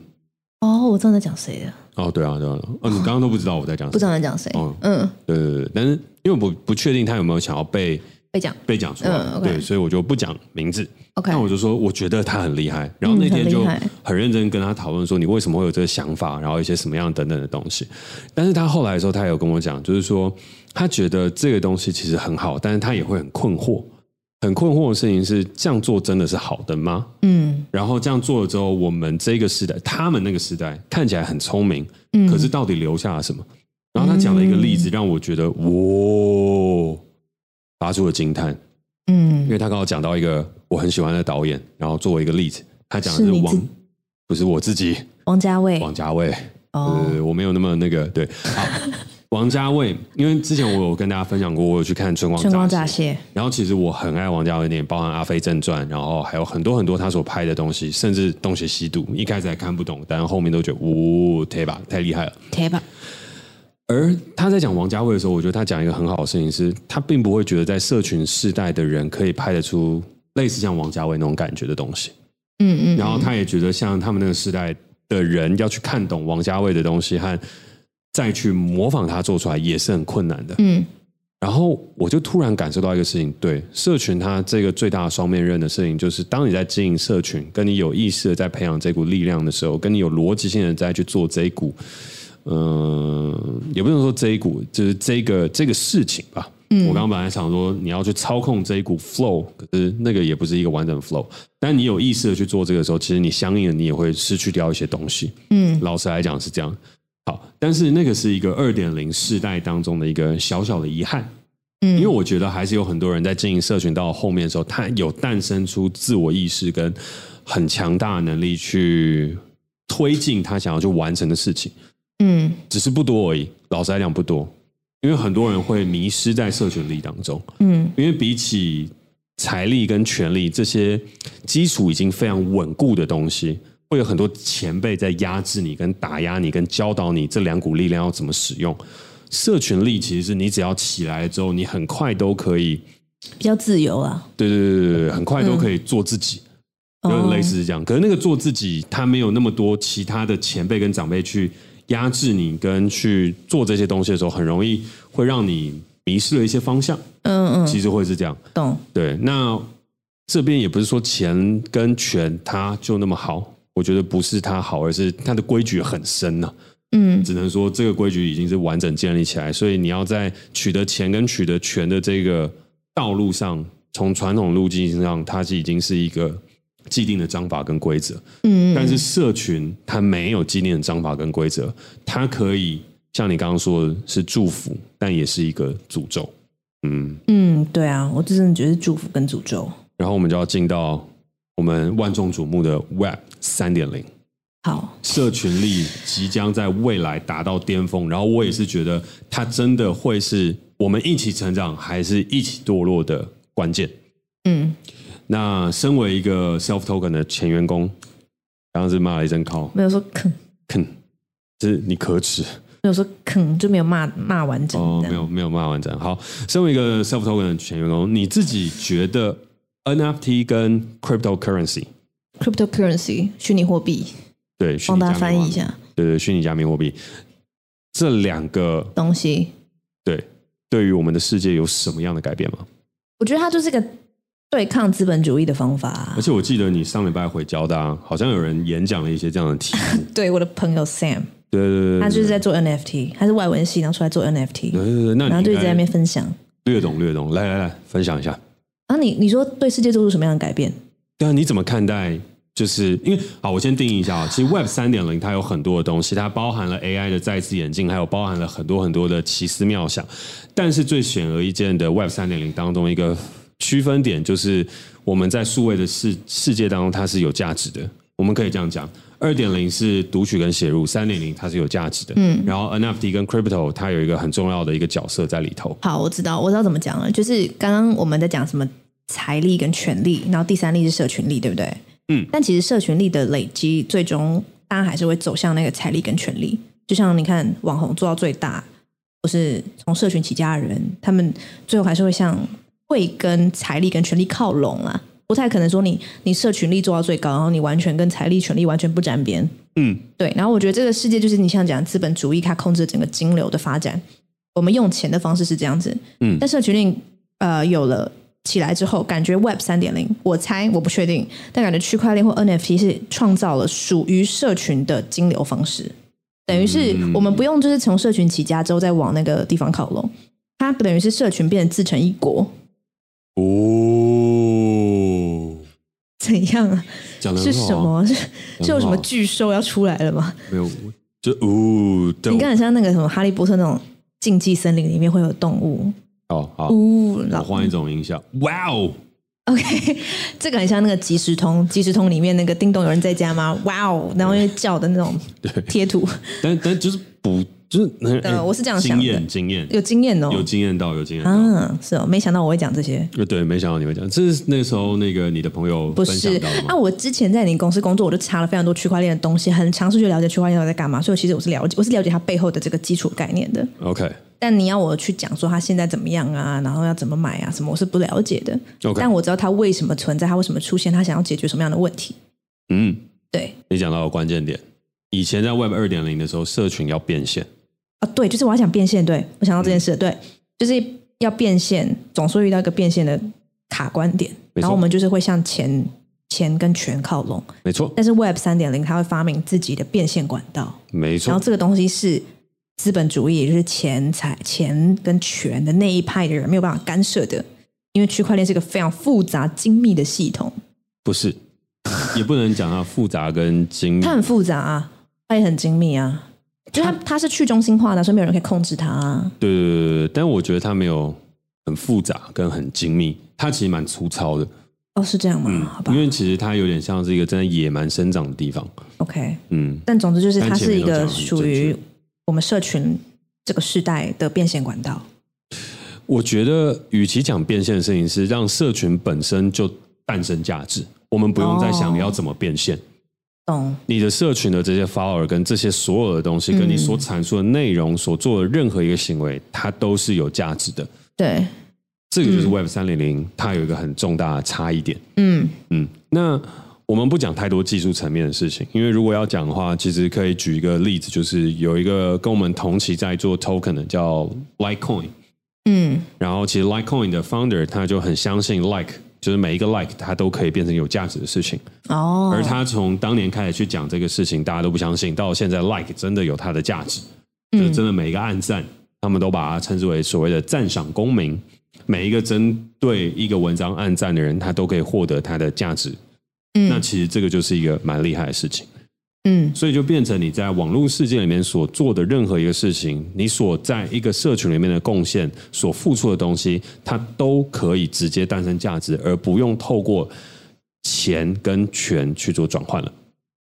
Speaker 2: 哦，我知道你在讲谁了，
Speaker 3: 哦，对啊，对啊，哦，你刚刚都不知道我在讲什么，
Speaker 2: 不知道你在讲谁。
Speaker 3: 哦
Speaker 2: 嗯，
Speaker 3: 对，对对对，但是因为我不不确定他有没有想要被
Speaker 2: 被讲。
Speaker 3: 被讲出来，
Speaker 2: 嗯，OK
Speaker 3: 对，所以我就不讲名字。
Speaker 2: OK，
Speaker 3: 那我就说，我觉得他很厉害。然后那天就
Speaker 2: 很厉害
Speaker 3: 很认真跟他讨论说，你为什么会有这个想法，然后一些什么样等等的东西。但是他后来的时候，他有跟我讲，就是说他觉得这个东西其实很好，但是他也会很困惑。很困惑的事情是，这样做真的是好的吗？
Speaker 2: 嗯
Speaker 3: 然后这样做了之后，我们这个时代，他们那个时代看起来很聪明，
Speaker 2: 嗯，
Speaker 3: 可是到底留下了什么？然后他讲了一个例子，让我觉得哇，发出了惊叹。因
Speaker 2: 嗯
Speaker 3: 为他刚好讲到一个我很喜欢的导演，然后作为一个例子，他讲的
Speaker 2: 是
Speaker 3: 是
Speaker 2: 你自
Speaker 3: 王，不是我自己，
Speaker 2: 王家卫
Speaker 3: 王家卫。
Speaker 2: 哦
Speaker 3: 呃，我没有那么那个对。好，王家卫，因为之前我有跟大家分享过，我有去看《春光
Speaker 2: 春光乍
Speaker 3: 泄》，
Speaker 2: 泄，
Speaker 3: 然后其实我很爱王家卫的电影，包含《阿飞正传》，然后还有很多很多他所拍的东西，甚至《东邪西毒》，一开始还看不懂，但后面都觉得，呜、哦，太吧，太厉害了。
Speaker 2: 贴吧，
Speaker 3: 而他在讲王家卫的时候，我觉得他讲一个很好的事情是，他并不会觉得在社群世代的人可以拍得出类似像王家卫那种感觉的东西。
Speaker 2: 嗯嗯，
Speaker 3: 然后他也觉得，像他们那个时代的人要去看懂王家卫的东西和再去模仿他做出来，也是很困难的。
Speaker 2: 嗯
Speaker 3: 然后我就突然感受到一个事情，对社群它这个最大的双面刃的事情，就是当你在经营社群，跟你有意识的在培养这股力量的时候，跟你有逻辑性的在去做这一股，嗯、也不能说这一股，就是这个这个事情吧。嗯，我刚刚本来想说你要去操控这一股 flow，可是那个也不是一个完整的 flow。但你有意识的去做这个时候，其实你相应的你也会失去掉一些东西。
Speaker 2: 嗯
Speaker 3: 老实来讲是这样。好，但是那个是一个二点零世代当中的一个小小的遗憾。
Speaker 2: 嗯，
Speaker 3: 因为我觉得还是有很多人在经营社群到后面的时候，他有诞生出自我意识跟很强大的能力去推进他想要去完成的事情，
Speaker 2: 嗯
Speaker 3: 只是不多而已。老实来讲，不多，因为很多人会迷失在社群力当中，
Speaker 2: 嗯
Speaker 3: 因为比起财力跟权力这些基础已经非常稳固的东西。会有很多前辈在压制你、跟打压你、跟教导你这两股力量要怎么使用。社群力其实是你只要起来之后，你很快都可以
Speaker 2: 比较自由啊，
Speaker 3: 对对对对对，很快都可以做自己，
Speaker 2: 哦
Speaker 3: 有点类似是这样。可是那个做自己，他没有那么多其他的前辈跟长辈去压制你，跟去做这些东西的时候，很容易会让你迷失了一些方向。
Speaker 2: 嗯嗯，
Speaker 3: 其实会是这样。
Speaker 2: 懂，
Speaker 3: 对，那这边也不是说钱跟权它就那么好，我觉得不是它好，而是它的规矩很深啊呐、
Speaker 2: 嗯
Speaker 3: 只能说这个规矩已经是完整建立起来，所以你要在取得钱跟取得权的这个道路上，从传统路径上，它是已经是一个既定的章法跟规则。
Speaker 2: 嗯，
Speaker 3: 但是社群它没有既定的章法跟规则，它可以像你刚刚说的是祝福，但也是一个诅咒。嗯，
Speaker 2: 嗯，对啊，我真的觉得是祝福跟诅咒。
Speaker 3: 然后我们就要进到我们万众瞩目的 Web 三点零。
Speaker 2: 好，
Speaker 3: 社群力即将在未来达到巅峰，然后我也是觉得它真的会是我们一起成长还是一起堕落的关键。
Speaker 2: 嗯，
Speaker 3: 那身为一个 self token 的前员工，刚刚是骂了一声靠，
Speaker 2: 没有说坑，
Speaker 3: 哼，就是你可耻
Speaker 2: 没有说坑，就没有骂骂完整
Speaker 3: 哦，
Speaker 2: 的。
Speaker 3: 没有没有骂完整。好，身为一个 self token 的前员工，你自己觉得 NFT 跟 cryptocurrency
Speaker 2: cryptocurrency 虚拟货币，
Speaker 3: 对，虚
Speaker 2: 帮
Speaker 3: 拟
Speaker 2: 大
Speaker 3: 加密
Speaker 2: 家翻译一
Speaker 3: 货币，
Speaker 2: 下
Speaker 3: 对对，虚拟加密货币这两个
Speaker 2: 东西。
Speaker 3: 对，对于我们的世界有什么样的改变吗？
Speaker 2: 我觉得它就是个对抗资本主义的方法啊、
Speaker 3: 而且我记得你上礼拜回交大，好像有人演讲了一些这样的题目。
Speaker 2: 对我的朋友 Sam，
Speaker 3: 对对对，对
Speaker 2: 他就是在做 NFT，他是外文系，然后出来做
Speaker 3: 对
Speaker 2: NFT，
Speaker 3: 对对对，那你
Speaker 2: 然后就一
Speaker 3: 应该
Speaker 2: 直在那边分享。
Speaker 3: 略懂略懂，来来来，分享一下。
Speaker 2: 然后你你说对世界做出什么样的改变？
Speaker 3: 对啊，你怎么看待？就是因为好，我先定义一下啊。其实 Web 三点零它有很多的东西，它包含了 AI 的再次演进，还有包含了很多很多的奇思妙想。但是最显而易见的 Web 三点零当中一个区分点，就是我们在数位的世世界当中，它是有价值的。我们可以这样讲，二点零是读取跟写入，三点零它是有价值的。嗯，然后 NFT 跟 Crypto 它有一个很重要的一个角色在里头。
Speaker 2: 好，我知道，我知道怎么讲了。就是刚刚我们在讲什么财力跟权力，然后第三力是社群力，对不对？
Speaker 3: 嗯
Speaker 2: 但其实社群力的累积，最终大家还是会走向那个财力跟权力。就像你看网红做到最大，或是从社群起家的人，他们最后还是会向会跟财力跟权力靠拢啦。不太可能说你你社群力做到最高，然后你完全跟财力、权力完全不沾边。
Speaker 3: 嗯，
Speaker 2: 对，然后我觉得这个世界就是你像讲资本主义，它控制整个金流的发展。我们用钱的方式是这样子，
Speaker 3: 嗯
Speaker 2: 但社群令呃有了起来之后，感觉 Web 三点零，我猜我不确定，但感觉区块链或 NFT 是创造了属于社群的金流方式，等于是
Speaker 3: 嗯
Speaker 2: 我们不用就是从社群起家之后再往那个地方靠拢，它等于是社群变得自成一国，
Speaker 3: 嗯哦，
Speaker 2: 怎样啊？
Speaker 3: 讲的
Speaker 2: 是什？么？是 是有什
Speaker 3: 很
Speaker 2: 么
Speaker 3: 好啊
Speaker 2: 巨兽要出来了吗？
Speaker 3: 没有，就哦，对
Speaker 2: 你看，很像那个什么《哈利波特》那种禁忌森林里面会有动物，
Speaker 3: 哦，好，
Speaker 2: 呜，
Speaker 3: 我
Speaker 2: 老
Speaker 3: 换一种音效。哇哦，
Speaker 2: OK，这 个很像那个即时通，即时通里面那个叮咚有人在家吗？哇哦，然后又叫的那种贴图，
Speaker 3: 但但就是不就是很哎
Speaker 2: 呃我是这样想
Speaker 3: 经
Speaker 2: 的
Speaker 3: 验经验
Speaker 2: 有经验哦。
Speaker 3: 有经验到有经验到。
Speaker 2: 啊，是哦，没想到我会讲这些。
Speaker 3: 呃对，没想到你会讲，这是那时候那个你的朋友
Speaker 2: 不
Speaker 3: 分享
Speaker 2: 是
Speaker 3: 到的
Speaker 2: 啊，
Speaker 3: 吗？
Speaker 2: 我之前在你公司工作，我就查了非常多区块链的东西，很尝试去了解区块链到底在干嘛，所以其实我是了解，我是了解它背后的这个基础概念的。
Speaker 3: OK，
Speaker 2: 但你要我去讲说它现在怎么样啊，然后要怎么买啊，什么我是不了解的。
Speaker 3: OK
Speaker 2: 但我知道它为什么存在，它为什么出现，它想要解决什么样的问题。
Speaker 3: 嗯，
Speaker 2: 对
Speaker 3: 你讲到了关键点。以前在 Web 二点零的时候，社群要变现，
Speaker 2: 啊，对，就是我要讲变现，对我想到这件事
Speaker 3: 嗯
Speaker 2: 了，对，就是要变现，总是会遇到一个变现的卡关点，
Speaker 3: 没错
Speaker 2: 然后我们就是会向钱、钱跟权靠拢。
Speaker 3: 没错，
Speaker 2: 但是 Web 三点零，它会发明自己的变现管道，
Speaker 3: 没
Speaker 2: 然
Speaker 3: 错
Speaker 2: 后，这个东西是资本主义，也就是钱财、钱跟权的那一派的人没有办法干涉的，因为区块链是一个非常复杂精密的系统，
Speaker 3: 不是，也不能讲它复杂跟精密
Speaker 2: 它。很复杂、啊，它也很精密啊，就它它是去中心化的，啊所以没有人可以控制它、啊。
Speaker 3: 对对对对对，但我觉得它没有很复杂跟很精密，它其实蛮粗糙的。
Speaker 2: 哦，是这样吗？好吧
Speaker 3: 嗯因为其实它有点像是一个真的野蛮生长的地方。
Speaker 2: ，OK。
Speaker 3: 嗯，
Speaker 2: 但总之就是
Speaker 3: 但
Speaker 2: 它
Speaker 3: 前面
Speaker 2: 是一
Speaker 3: 都讲
Speaker 2: 个
Speaker 3: 得很
Speaker 2: 属
Speaker 3: 正
Speaker 2: 于
Speaker 3: 确
Speaker 2: 我们社群这个世代的变现管道。
Speaker 3: 我觉得与其讲变现的事情，是让社群本身就诞生价值，我们不用再想
Speaker 2: 哦
Speaker 3: 你要怎么变现。
Speaker 2: 懂？
Speaker 3: 你的社群的这些 follower 跟这些所有的东西，跟你所阐述的内容、所做的任何一个行为，它都是有价值的。
Speaker 2: 对，
Speaker 3: 这个就是 Web 三零零，它有一个很重大的差异点。
Speaker 2: 嗯，
Speaker 3: 嗯，那我们不讲太多技术层面的事情，因为如果要讲的话，其实可以举一个例子，就是有一个跟我们同期在做 token 的叫 Litecoin，
Speaker 2: 嗯，
Speaker 3: 然后其实 Litecoin 的 founder 他就很相信 like，就是每一个 like 它都可以变成有价值的事情，
Speaker 2: 哦，
Speaker 3: 而他从当年开始去讲这个事情，大家都不相信，到现在 like 真的有它的价值，就是真的每一个暗赞，他们都把它称之为所谓的赞赏公民。每一个针对一个文章暗赞的人，他都可以获得他的价值那
Speaker 2: 嗯
Speaker 3: 其实这个就是一个蛮厉害的事情，
Speaker 2: 嗯
Speaker 3: 所以就变成你在网络世界里面所做的任何一个事情，你所在一个社群里面的贡献，所付出的东西，它都可以直接诞生价值，而不用透过钱跟权去做转换了。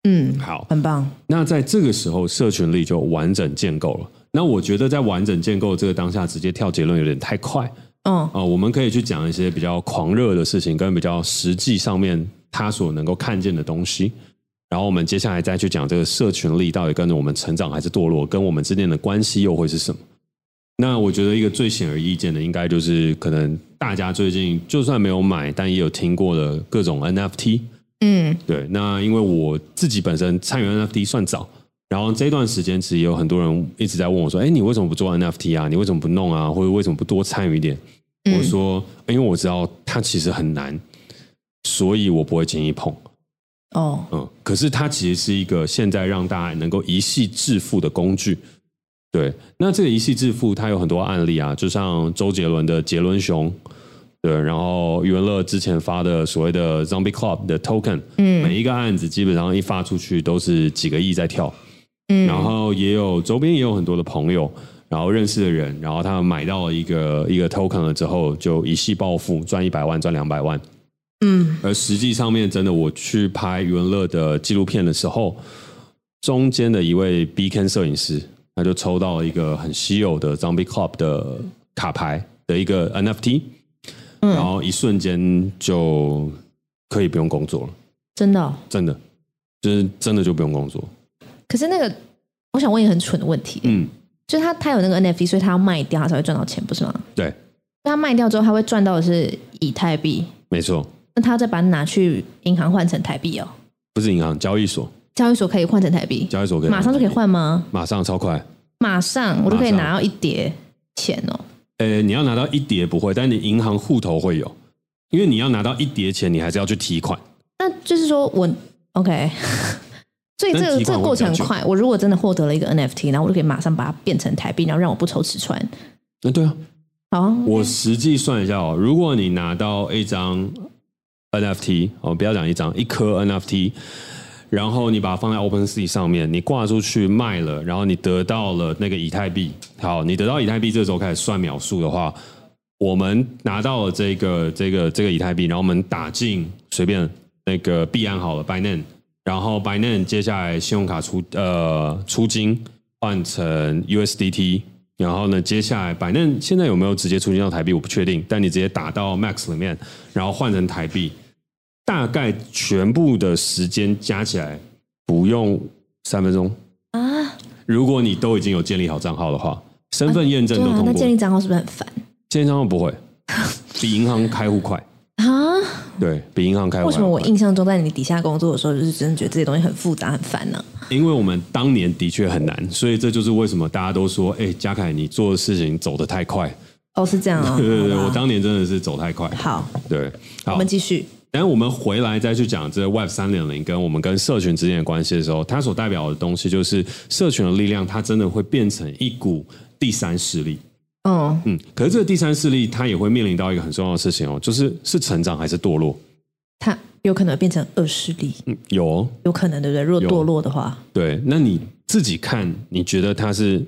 Speaker 2: 嗯，
Speaker 3: 好，
Speaker 2: 很棒。
Speaker 3: 那在这个时候，社群力就完整建构了。那我觉得在完整建构这个当下，直接跳结论有点太快。
Speaker 2: 嗯，
Speaker 3: 啊、我们可以去讲一些比较狂热的事情，跟比较实际上面他所能够看见的东西。然后我们接下来再去讲这个社群力到底跟着我们成长还是堕落，跟我们之间的关系又会是什么？那我觉得一个最显而易见的，应该就是可能大家最近就算没有买，但也有听过的各种 NFT。
Speaker 2: 嗯，
Speaker 3: 对，那因为我自己本身参与 NFT 算早，然后这段时间其实也有很多人一直在问我说：“哎，你为什么不做 NFT 啊？你为什么不弄啊？或者为什么不多参与一点？”
Speaker 2: 嗯
Speaker 3: 我说：“因为我知道它其实很难，所以我不会轻易碰。
Speaker 2: 哦，
Speaker 3: 嗯，可是它其实是一个现在让大家能够一系致富的工具。对，那这个一系致富，它有很多案例啊，就像周杰伦的杰伦熊，对，然后余文乐之前发的所谓的 Zombie Club 的 Token，嗯，每一个案子基本上一发出去都是几个亿在跳，嗯，然后也有周边也有很多的朋友，然后认识的人，然后他们买到了一个一个 Token 了之后，就一系暴富，赚一百万，赚两百万，
Speaker 2: 嗯
Speaker 3: 而实际上面，真的我去拍余文乐的纪录片的时候，中间的一位 Beacon 摄影师，他就抽到了一个很稀有的 Zombie Club 的卡牌的一个 NFT，、然
Speaker 2: 嗯
Speaker 3: 后一瞬间就可以不用工作了，
Speaker 2: 真的、哦。
Speaker 3: 真的，就是真的就不用工作。
Speaker 2: 可是那个，我想问一个很蠢的问题，
Speaker 3: 嗯，
Speaker 2: 就是他他有那个 NFT，所以他要卖掉，他才会赚到钱，不是吗？
Speaker 3: 对，
Speaker 2: 那他卖掉之后，他会赚到的是以太币，
Speaker 3: 没错，
Speaker 2: 那他再把它拿去银行换成台币哦。
Speaker 3: 不是银行，交易所，
Speaker 2: 交易所可以换成台币，
Speaker 3: 交易所可以
Speaker 2: 马上就可以，换吗？
Speaker 3: 马上超快。
Speaker 2: 马上我就可以
Speaker 3: 马上
Speaker 2: 拿到一叠钱哦。
Speaker 3: 呃，你要拿到一叠不会，但你银行户头会有，因为你要拿到一叠钱，你还是要去提款。
Speaker 2: 那就是说我 OK，所以这
Speaker 3: 但
Speaker 2: 个
Speaker 3: 提款
Speaker 2: 这个
Speaker 3: 会
Speaker 2: 过程很
Speaker 3: 比较久
Speaker 2: 快。我如果真的获得了一个 NFT，然后我就可以马上把它变成台币，然后让我不愁吃穿。
Speaker 3: 那对啊，
Speaker 2: 好啊，
Speaker 3: 我实际算一下哦，如果你拿到一张 NFT 哦，不要讲一张，一颗 NFT，然后你把它放在 OpenSea 上面，你挂出去卖了，然后你得到了那个以太币。好，你得到以太币这时候开始算秒数的话，我们拿到了这个这个这个以太币，然后我们打进随便那个币安好了，Binance，然后 Binance 接下来信用卡出呃出金换成 USDT，然后呢，接下来 Binance 现在有没有直接出金到台币我不确定，但你直接打到 Max 里面，然后换成台币，大概全部的时间加起来不用三分钟
Speaker 2: 啊，
Speaker 3: 如果你都已经有建立好账号的话，身份验证
Speaker 2: 对
Speaker 3: 都
Speaker 2: 啊
Speaker 3: 通，
Speaker 2: 那
Speaker 3: 过
Speaker 2: 建
Speaker 3: 了，
Speaker 2: 立账号是不是很烦
Speaker 3: 建立账号不会，比银行开户快。
Speaker 2: 啊？
Speaker 3: 对比银行开户还要快。
Speaker 2: 为什么我印象中在你底下工作的时候，就是真的觉得这些东西很复杂、很烦呢、
Speaker 3: 因为我们当年的确很难，所以这就是为什么大家都说，哎、嘉凯你做的事情走得太快。
Speaker 2: 哦，是这样啊、哦。
Speaker 3: 对对对，
Speaker 2: 好吧
Speaker 3: 我当年真的是走太快。
Speaker 2: 好，
Speaker 3: 对，
Speaker 2: 我
Speaker 3: 好
Speaker 2: 们，继续。
Speaker 3: 然后我们回来再去讲这 Web 三点零跟我们跟社群之间的关系的时候，它所代表的东西就是社群的力量，它真的会变成一股第三势力。
Speaker 2: 嗯，
Speaker 3: 嗯，可是这个第三势力，它也会面临到一个很重要的事情哦，就是是成长还是堕落？
Speaker 2: 它有可能会变成恶势力，
Speaker 3: 嗯，有哦、
Speaker 2: 有可能对不对？如果
Speaker 3: 有
Speaker 2: 堕落的话，
Speaker 3: 对，那你自己看，你觉得它是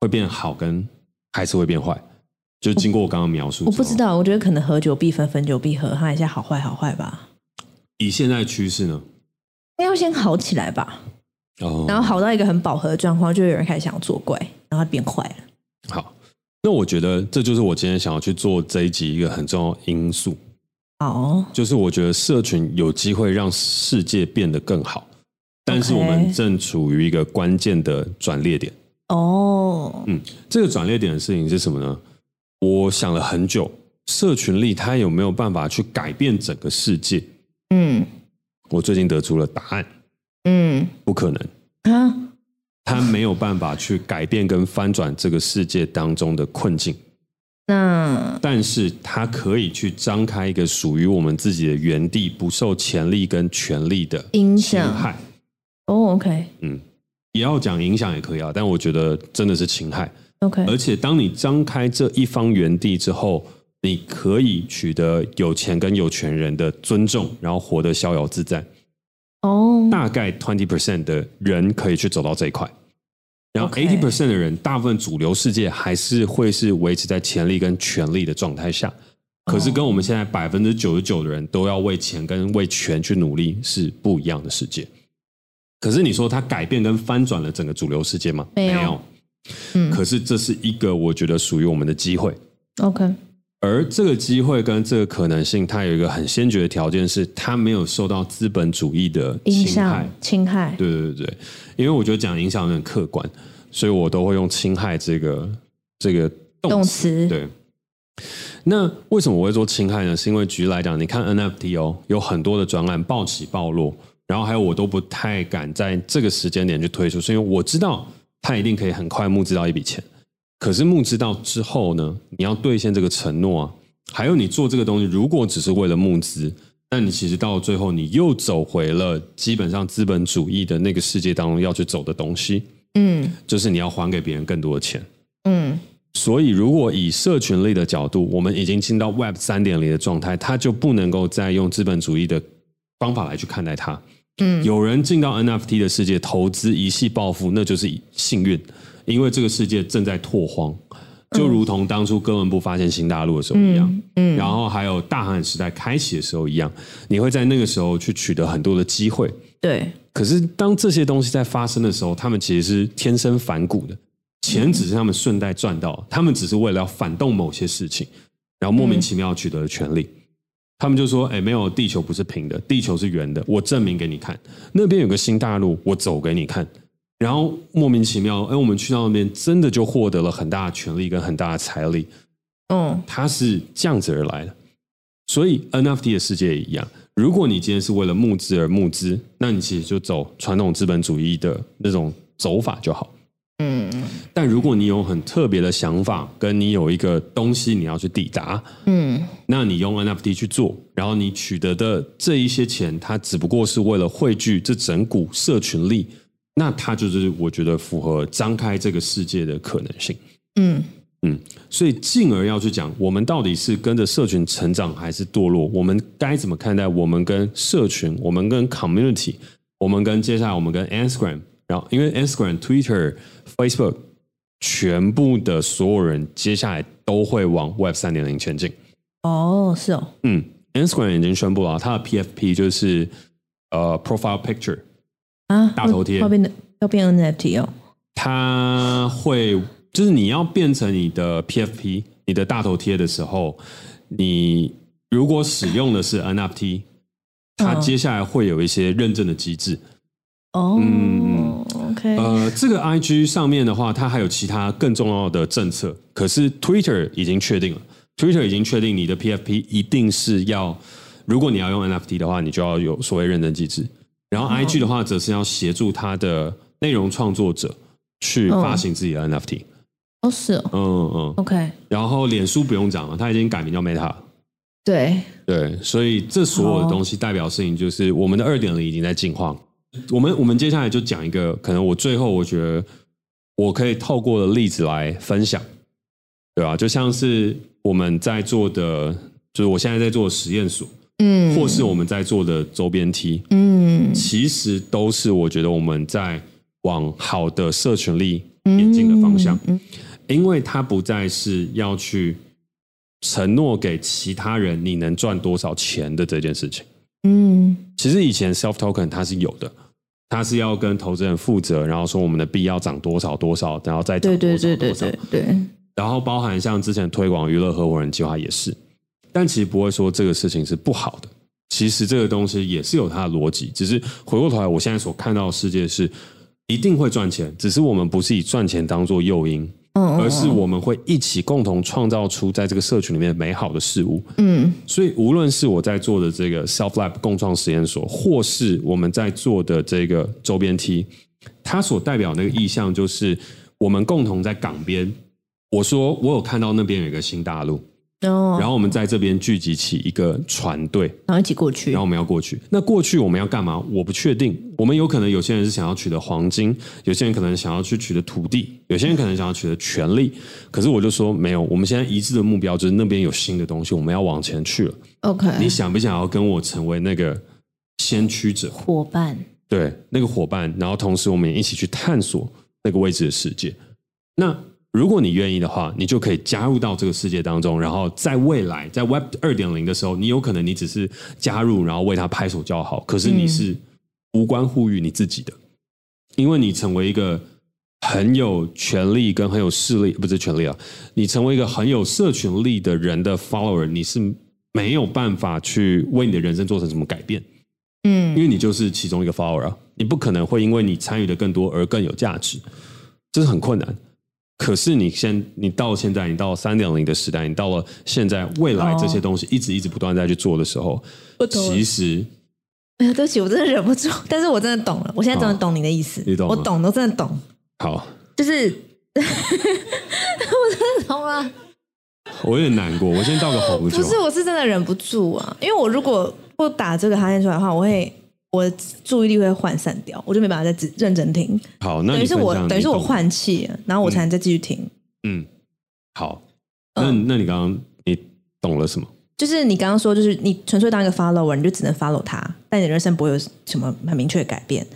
Speaker 3: 会变好跟还是会变坏？就经过我刚刚描述，
Speaker 2: 我不知。道。我觉得可能合久必分，分久必合，它一下好坏好坏吧。
Speaker 3: 以现在的趋势呢？
Speaker 2: 那要先好起来吧，
Speaker 3: 哦
Speaker 2: 然后好到一个很饱和的状况，就有人开始想要作怪，然后它变坏了。
Speaker 3: 好，那我觉得这就是我今天想要去做这一集一个很重要的因素，
Speaker 2: 哦，
Speaker 3: 就是我觉得社群有机会让世界变得更好，但是
Speaker 2: OK
Speaker 3: 我们正处于一个关键的转捩点。
Speaker 2: 哦，
Speaker 3: 嗯，这个转捩点的事情是什么呢？我想了很久，社群力它有没有办法去改变整个世界？
Speaker 2: 嗯
Speaker 3: 我最近得出了答案，
Speaker 2: 嗯
Speaker 3: 不可能，
Speaker 2: 啊，
Speaker 3: 它没有办法去改变跟翻转这个世界当中的困境，
Speaker 2: 那
Speaker 3: 但是它可以去张开一个属于我们自己的原地，不受潜力跟权力的
Speaker 2: 影
Speaker 3: 侵
Speaker 2: 响
Speaker 3: 害。
Speaker 2: 哦，OK
Speaker 3: 嗯，也要讲影响也可以啊，但我觉得真的是侵害。而
Speaker 2: OK，
Speaker 3: 且当你张开这一方园地之后，你可以取得有钱跟有权人的尊重，然后活得逍遥自在。
Speaker 2: 哦，
Speaker 3: 大概 twenty percent 的人可以去走到这一块，然后
Speaker 2: OK
Speaker 3: eighty percent 的人，大部分主流世界还是会是维持在潜力跟权力的状态下。可是跟我们现在
Speaker 2: 哦
Speaker 3: 百分之九十九的人都要为钱跟为权去努力是不一样的世界。可是你说它改变跟翻转了整个主流世界吗？
Speaker 2: 没有嗯
Speaker 3: 可是这是一个我觉得属于我们的机会。
Speaker 2: OK，
Speaker 3: 而这个机会跟这个可能性，它有一个很先决的条件是，它没有受到资本主义的
Speaker 2: 影
Speaker 3: 侵害
Speaker 2: 响。侵害，
Speaker 3: 对对对，对因为我觉得讲影响很客观，所以我都会用侵害这个这个动
Speaker 2: 动
Speaker 3: 词。
Speaker 2: 词，
Speaker 3: 对，那为什么我会说侵害呢？是因为举例来讲，你看 NFT 哦，有很多的专案暴起暴落，然后还有我都不太敢在这个时间点去推出，是因为我知道它一定可以很快募资到一笔钱。可是募资到之后呢，你要兑现这个承诺啊，还有你做这个东西，如果只是为了募资，但你其实到最后，你又走回了基本上资本主义的那个世界当中要去走的东西，
Speaker 2: 嗯
Speaker 3: 就是你要还给别人更多的钱。
Speaker 2: 嗯
Speaker 3: 所以，如果以社群类的角度，我们已经进到 Web 三点零的状态，它就不能够再用资本主义的方法来去看待它。
Speaker 2: 嗯
Speaker 3: 有人进到 NFT 的世界投资一夕暴富，那就是幸运，因为这个世界正在拓荒，就如同当初哥伦布发现新大陆的时候一样，
Speaker 2: 嗯
Speaker 3: 然后还有大航海时代开启的时候一样，你会在那个时候去取得很多的机会。
Speaker 2: 对，
Speaker 3: 可是当这些东西在发生的时候，他们其实是天生反骨的，钱只是他们顺带赚到，他们只是为了要反动某些事情，然后莫名其妙取得了权利。他们就说：“哎，没有，地球不是平的，地球是圆的，我证明给你看，那边有个新大陆，我走给你看。”然后莫名其妙，哎，我们去到那边真的就获得了很大的权利跟很大的财力，
Speaker 2: 嗯
Speaker 3: 它是这样子而来的。所以 NFT 的世界也一样，如果你今天是为了募资而募资，那你其实就走传统资本主义的那种走法就好。
Speaker 2: 嗯
Speaker 3: 但如果你有很特别的想法，跟你有一个东西你要去抵达，
Speaker 2: 嗯
Speaker 3: 那你用 NFT 去做，然后你取得的这一些钱，它只不过是为了汇聚这整股社群力，那它就是我觉得符合张开这个世界的可能性。
Speaker 2: 嗯
Speaker 3: 所以进而要去讲，我们到底是跟着社群成长还是堕落？我们该怎么看待我们跟社群、我们跟 community、我们跟接下来我们跟 Instagram，然后因为 Instagram、Twitter、Facebook 全部的所有人接下来都会往 Web 三点零前进。
Speaker 2: 哦是哦，
Speaker 3: 嗯，Instagram 已经宣布了，它的 PFP 就是呃 Profile Picture，
Speaker 2: 啊，
Speaker 3: 大头贴
Speaker 2: 要变的要变 NFT 哦，
Speaker 3: 它会就是你要变成你的 PFP，你的大头贴的时候，你如果使用的是 NFT，它
Speaker 2: 嗯
Speaker 3: 接下来会有一些认证的机制。
Speaker 2: 哦、
Speaker 3: 嗯
Speaker 2: o k
Speaker 3: 呃，这个 IG 上面的话，它还有其他更重要的政策，可是 Twitter 已经确定了，Twitter 已经确定你的 PFP 一定是要，如果你要用 NFT 的话，你就要有所谓认证机制。然后 IG 的话，则是要协助它的内容创作者去发行自己的 NFT。
Speaker 2: 哦是哦
Speaker 3: 嗯嗯，
Speaker 2: ，OK，
Speaker 3: 然后脸书不用讲了，它已经改名叫 Meta 了。
Speaker 2: 对，
Speaker 3: 对，所以这所有的东西代表事情就是我们的二点零已经在进化。我们我们接下来就讲一个，可能我最后我觉得我可以透过的例子来分享，对吧、啊就像是我们在做的，就是我现在在做的实验所，
Speaker 2: 嗯，
Speaker 3: 或是我们在做的周边 T，
Speaker 2: 嗯
Speaker 3: 其实都是我觉得我们在往好的社群力演进的方向。
Speaker 2: 嗯
Speaker 3: 因为它不再是要去承诺给其他人你能赚多少钱的这件事情。
Speaker 2: 嗯
Speaker 3: 其实以前 self token 它是有的，它是要跟投资人负责，然后说我们的币要涨多少多少，然后再涨
Speaker 2: 对
Speaker 3: 多
Speaker 2: 对
Speaker 3: 少
Speaker 2: 对对
Speaker 3: 多少
Speaker 2: 对对，
Speaker 3: 然后包含像之前推广娱乐合伙人计划也是，但其实不会说这个事情是不好的。其实这个东西也是有它的逻辑，只是回过头来，我现在所看到的世界是一定会赚钱，只是我们不是以赚钱当做诱因，
Speaker 2: 嗯
Speaker 3: 而是我们会一起共同创造出在这个社群里面美好的事物。
Speaker 2: 嗯
Speaker 3: 所以，无论是我在做的这个 Self Lab 共创实验所，或是我们在做的这个周边 T，它所代表那个意象就是我们共同在港边。我说，我有看到那边有一个新大陆，
Speaker 2: 哦，
Speaker 3: 然后我们在这边聚集起一个船队，
Speaker 2: 然后一起过去
Speaker 3: 然后，我们要过去。那过去我们要干嘛？我不确定。我们有可能有些人是想要取得黄金，有些人可能想要去取得土地，有些人可能想要取得权利。可是我就说没有，我们现在一致的目标就是那边有新的东西，我们要往前去了。
Speaker 2: OK，
Speaker 3: 你想不想要跟我成为那个先驱者？
Speaker 2: 伙伴，
Speaker 3: 对，那个伙伴，然后同时我们也一起去探索那个未知的世界。那如果你愿意的话，你就可以加入到这个世界当中，然后在未来，在 Web 二点零的时候，你有可能你只是加入，然后为他拍手叫好，可是你是无关乎于你自己的，因为你成为一个很有权力跟很有势力，不是权力啊，你成为一个很有社群力的人的 follower，你是没有办法去为你的人生做成什么改变。因
Speaker 2: 嗯
Speaker 3: 为你就是其中一个 follower，啊你不可能会因为你参与的更多而更有价值，这是很困难。可是你现你到现在，你到三点零的时代，你到了现在未来
Speaker 2: 哦
Speaker 3: 这些东西一直一直不断在去做的时候，
Speaker 2: 懂了
Speaker 3: 其实
Speaker 2: 哎呀，对不起，我真的忍不住，但是我真的懂了，我现在真的
Speaker 3: 好
Speaker 2: 懂你的意思，
Speaker 3: 你懂
Speaker 2: 我
Speaker 3: 了
Speaker 2: 懂，我真的懂，
Speaker 3: 好，
Speaker 2: 就是 我真的懂了。
Speaker 3: 我有点难过，我先倒个红酒
Speaker 2: 不。是，我是真的忍不住啊，因为我如果不打这个哈欠出来的话，我会我注意力会涣散掉，我就没办法再仔认真听。
Speaker 3: 好，那
Speaker 2: 等于
Speaker 3: 你
Speaker 2: 是
Speaker 3: 分
Speaker 2: 我
Speaker 3: 享
Speaker 2: 等于是
Speaker 3: 你
Speaker 2: 我嗯
Speaker 3: 懂
Speaker 2: 换气，然后我才能再继续听。
Speaker 3: 嗯，好，那
Speaker 2: 嗯
Speaker 3: 那你刚刚你懂了什么？
Speaker 2: 就是你刚刚说，就是你纯粹当一个 follower，你就只能 follow 他，但你的人生不会有什么很明确的改变。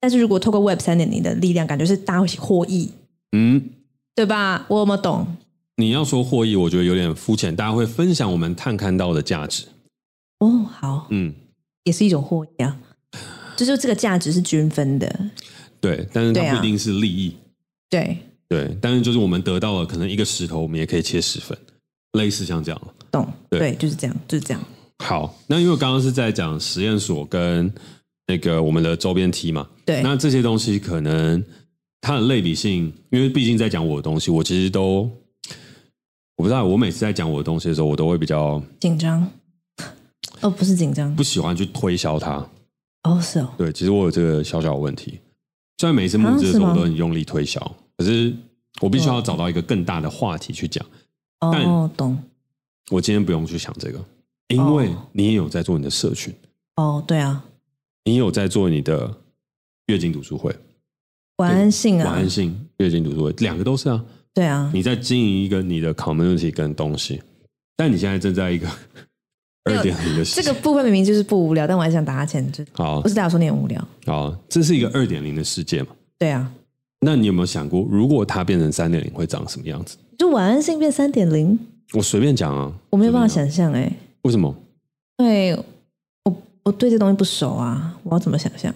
Speaker 2: 但是如果透过 Web 三点零的力量，感觉是大家会获益，
Speaker 3: 嗯，
Speaker 2: 对吧？我有没有懂？
Speaker 3: 你要说获益，我觉得有点肤浅，大家会分享我们探看到的价值。
Speaker 2: 哦，好，
Speaker 3: 嗯，
Speaker 2: 也是一种获益啊。就是这个价值是均分的，
Speaker 3: 对，但是
Speaker 2: 对
Speaker 3: 它
Speaker 2: 啊
Speaker 3: 不一定是利益。
Speaker 2: 对，
Speaker 3: 对，但是就是我们得到了可能一个石头，我们也可以切十份，类似像这样。
Speaker 2: 懂，
Speaker 3: 对
Speaker 2: 对，就是这样，就是这样。
Speaker 3: 好，那因为刚刚是在讲实验所跟那个我们的周边 T 嘛，
Speaker 2: 对，
Speaker 3: 那这些东西可能它的类比性，因为毕竟在讲我的东西，我其实都我不知道，我每次在讲我的东西的时候，我都会比较
Speaker 2: 紧张？哦，不是紧张，
Speaker 3: 不喜欢去推销它。
Speaker 2: 哦，是哦，
Speaker 3: 对，其实我有这个小小的问题，虽然每一次募资的时候我
Speaker 2: 啊是吗嗯
Speaker 3: 都很用力推销，可是我必须要找到一个更大的话题去讲。
Speaker 2: 哦，懂，
Speaker 3: 我今天不用去想这个，因为你也有在做你的社群，
Speaker 2: 哦，对啊，
Speaker 3: 你也有在做你的月经读书会。
Speaker 2: 晚安信
Speaker 3: 晚
Speaker 2: 啊
Speaker 3: 安，信、月经读书会，两个都是啊。
Speaker 2: 对啊，
Speaker 3: 你在经营一个你的 community 跟东西，但你现在正在一个二点零的时
Speaker 2: 这
Speaker 3: 期。
Speaker 2: 个部分明明就是不无聊，但我还想打哈欠，就
Speaker 3: 好
Speaker 2: 不是大家说你很无聊，
Speaker 3: 好，这是一个二点零的世界嘛？
Speaker 2: 对啊，
Speaker 3: 那你有没有想过，如果它变成三点零会长什么样子？
Speaker 2: 就晚安信变三点零，
Speaker 3: 我随便讲啊，
Speaker 2: 我没有办法
Speaker 3: 随便
Speaker 2: 想象哎、
Speaker 3: 讲。为什么？
Speaker 2: 因为我我对这东西不熟啊，我要怎么想象？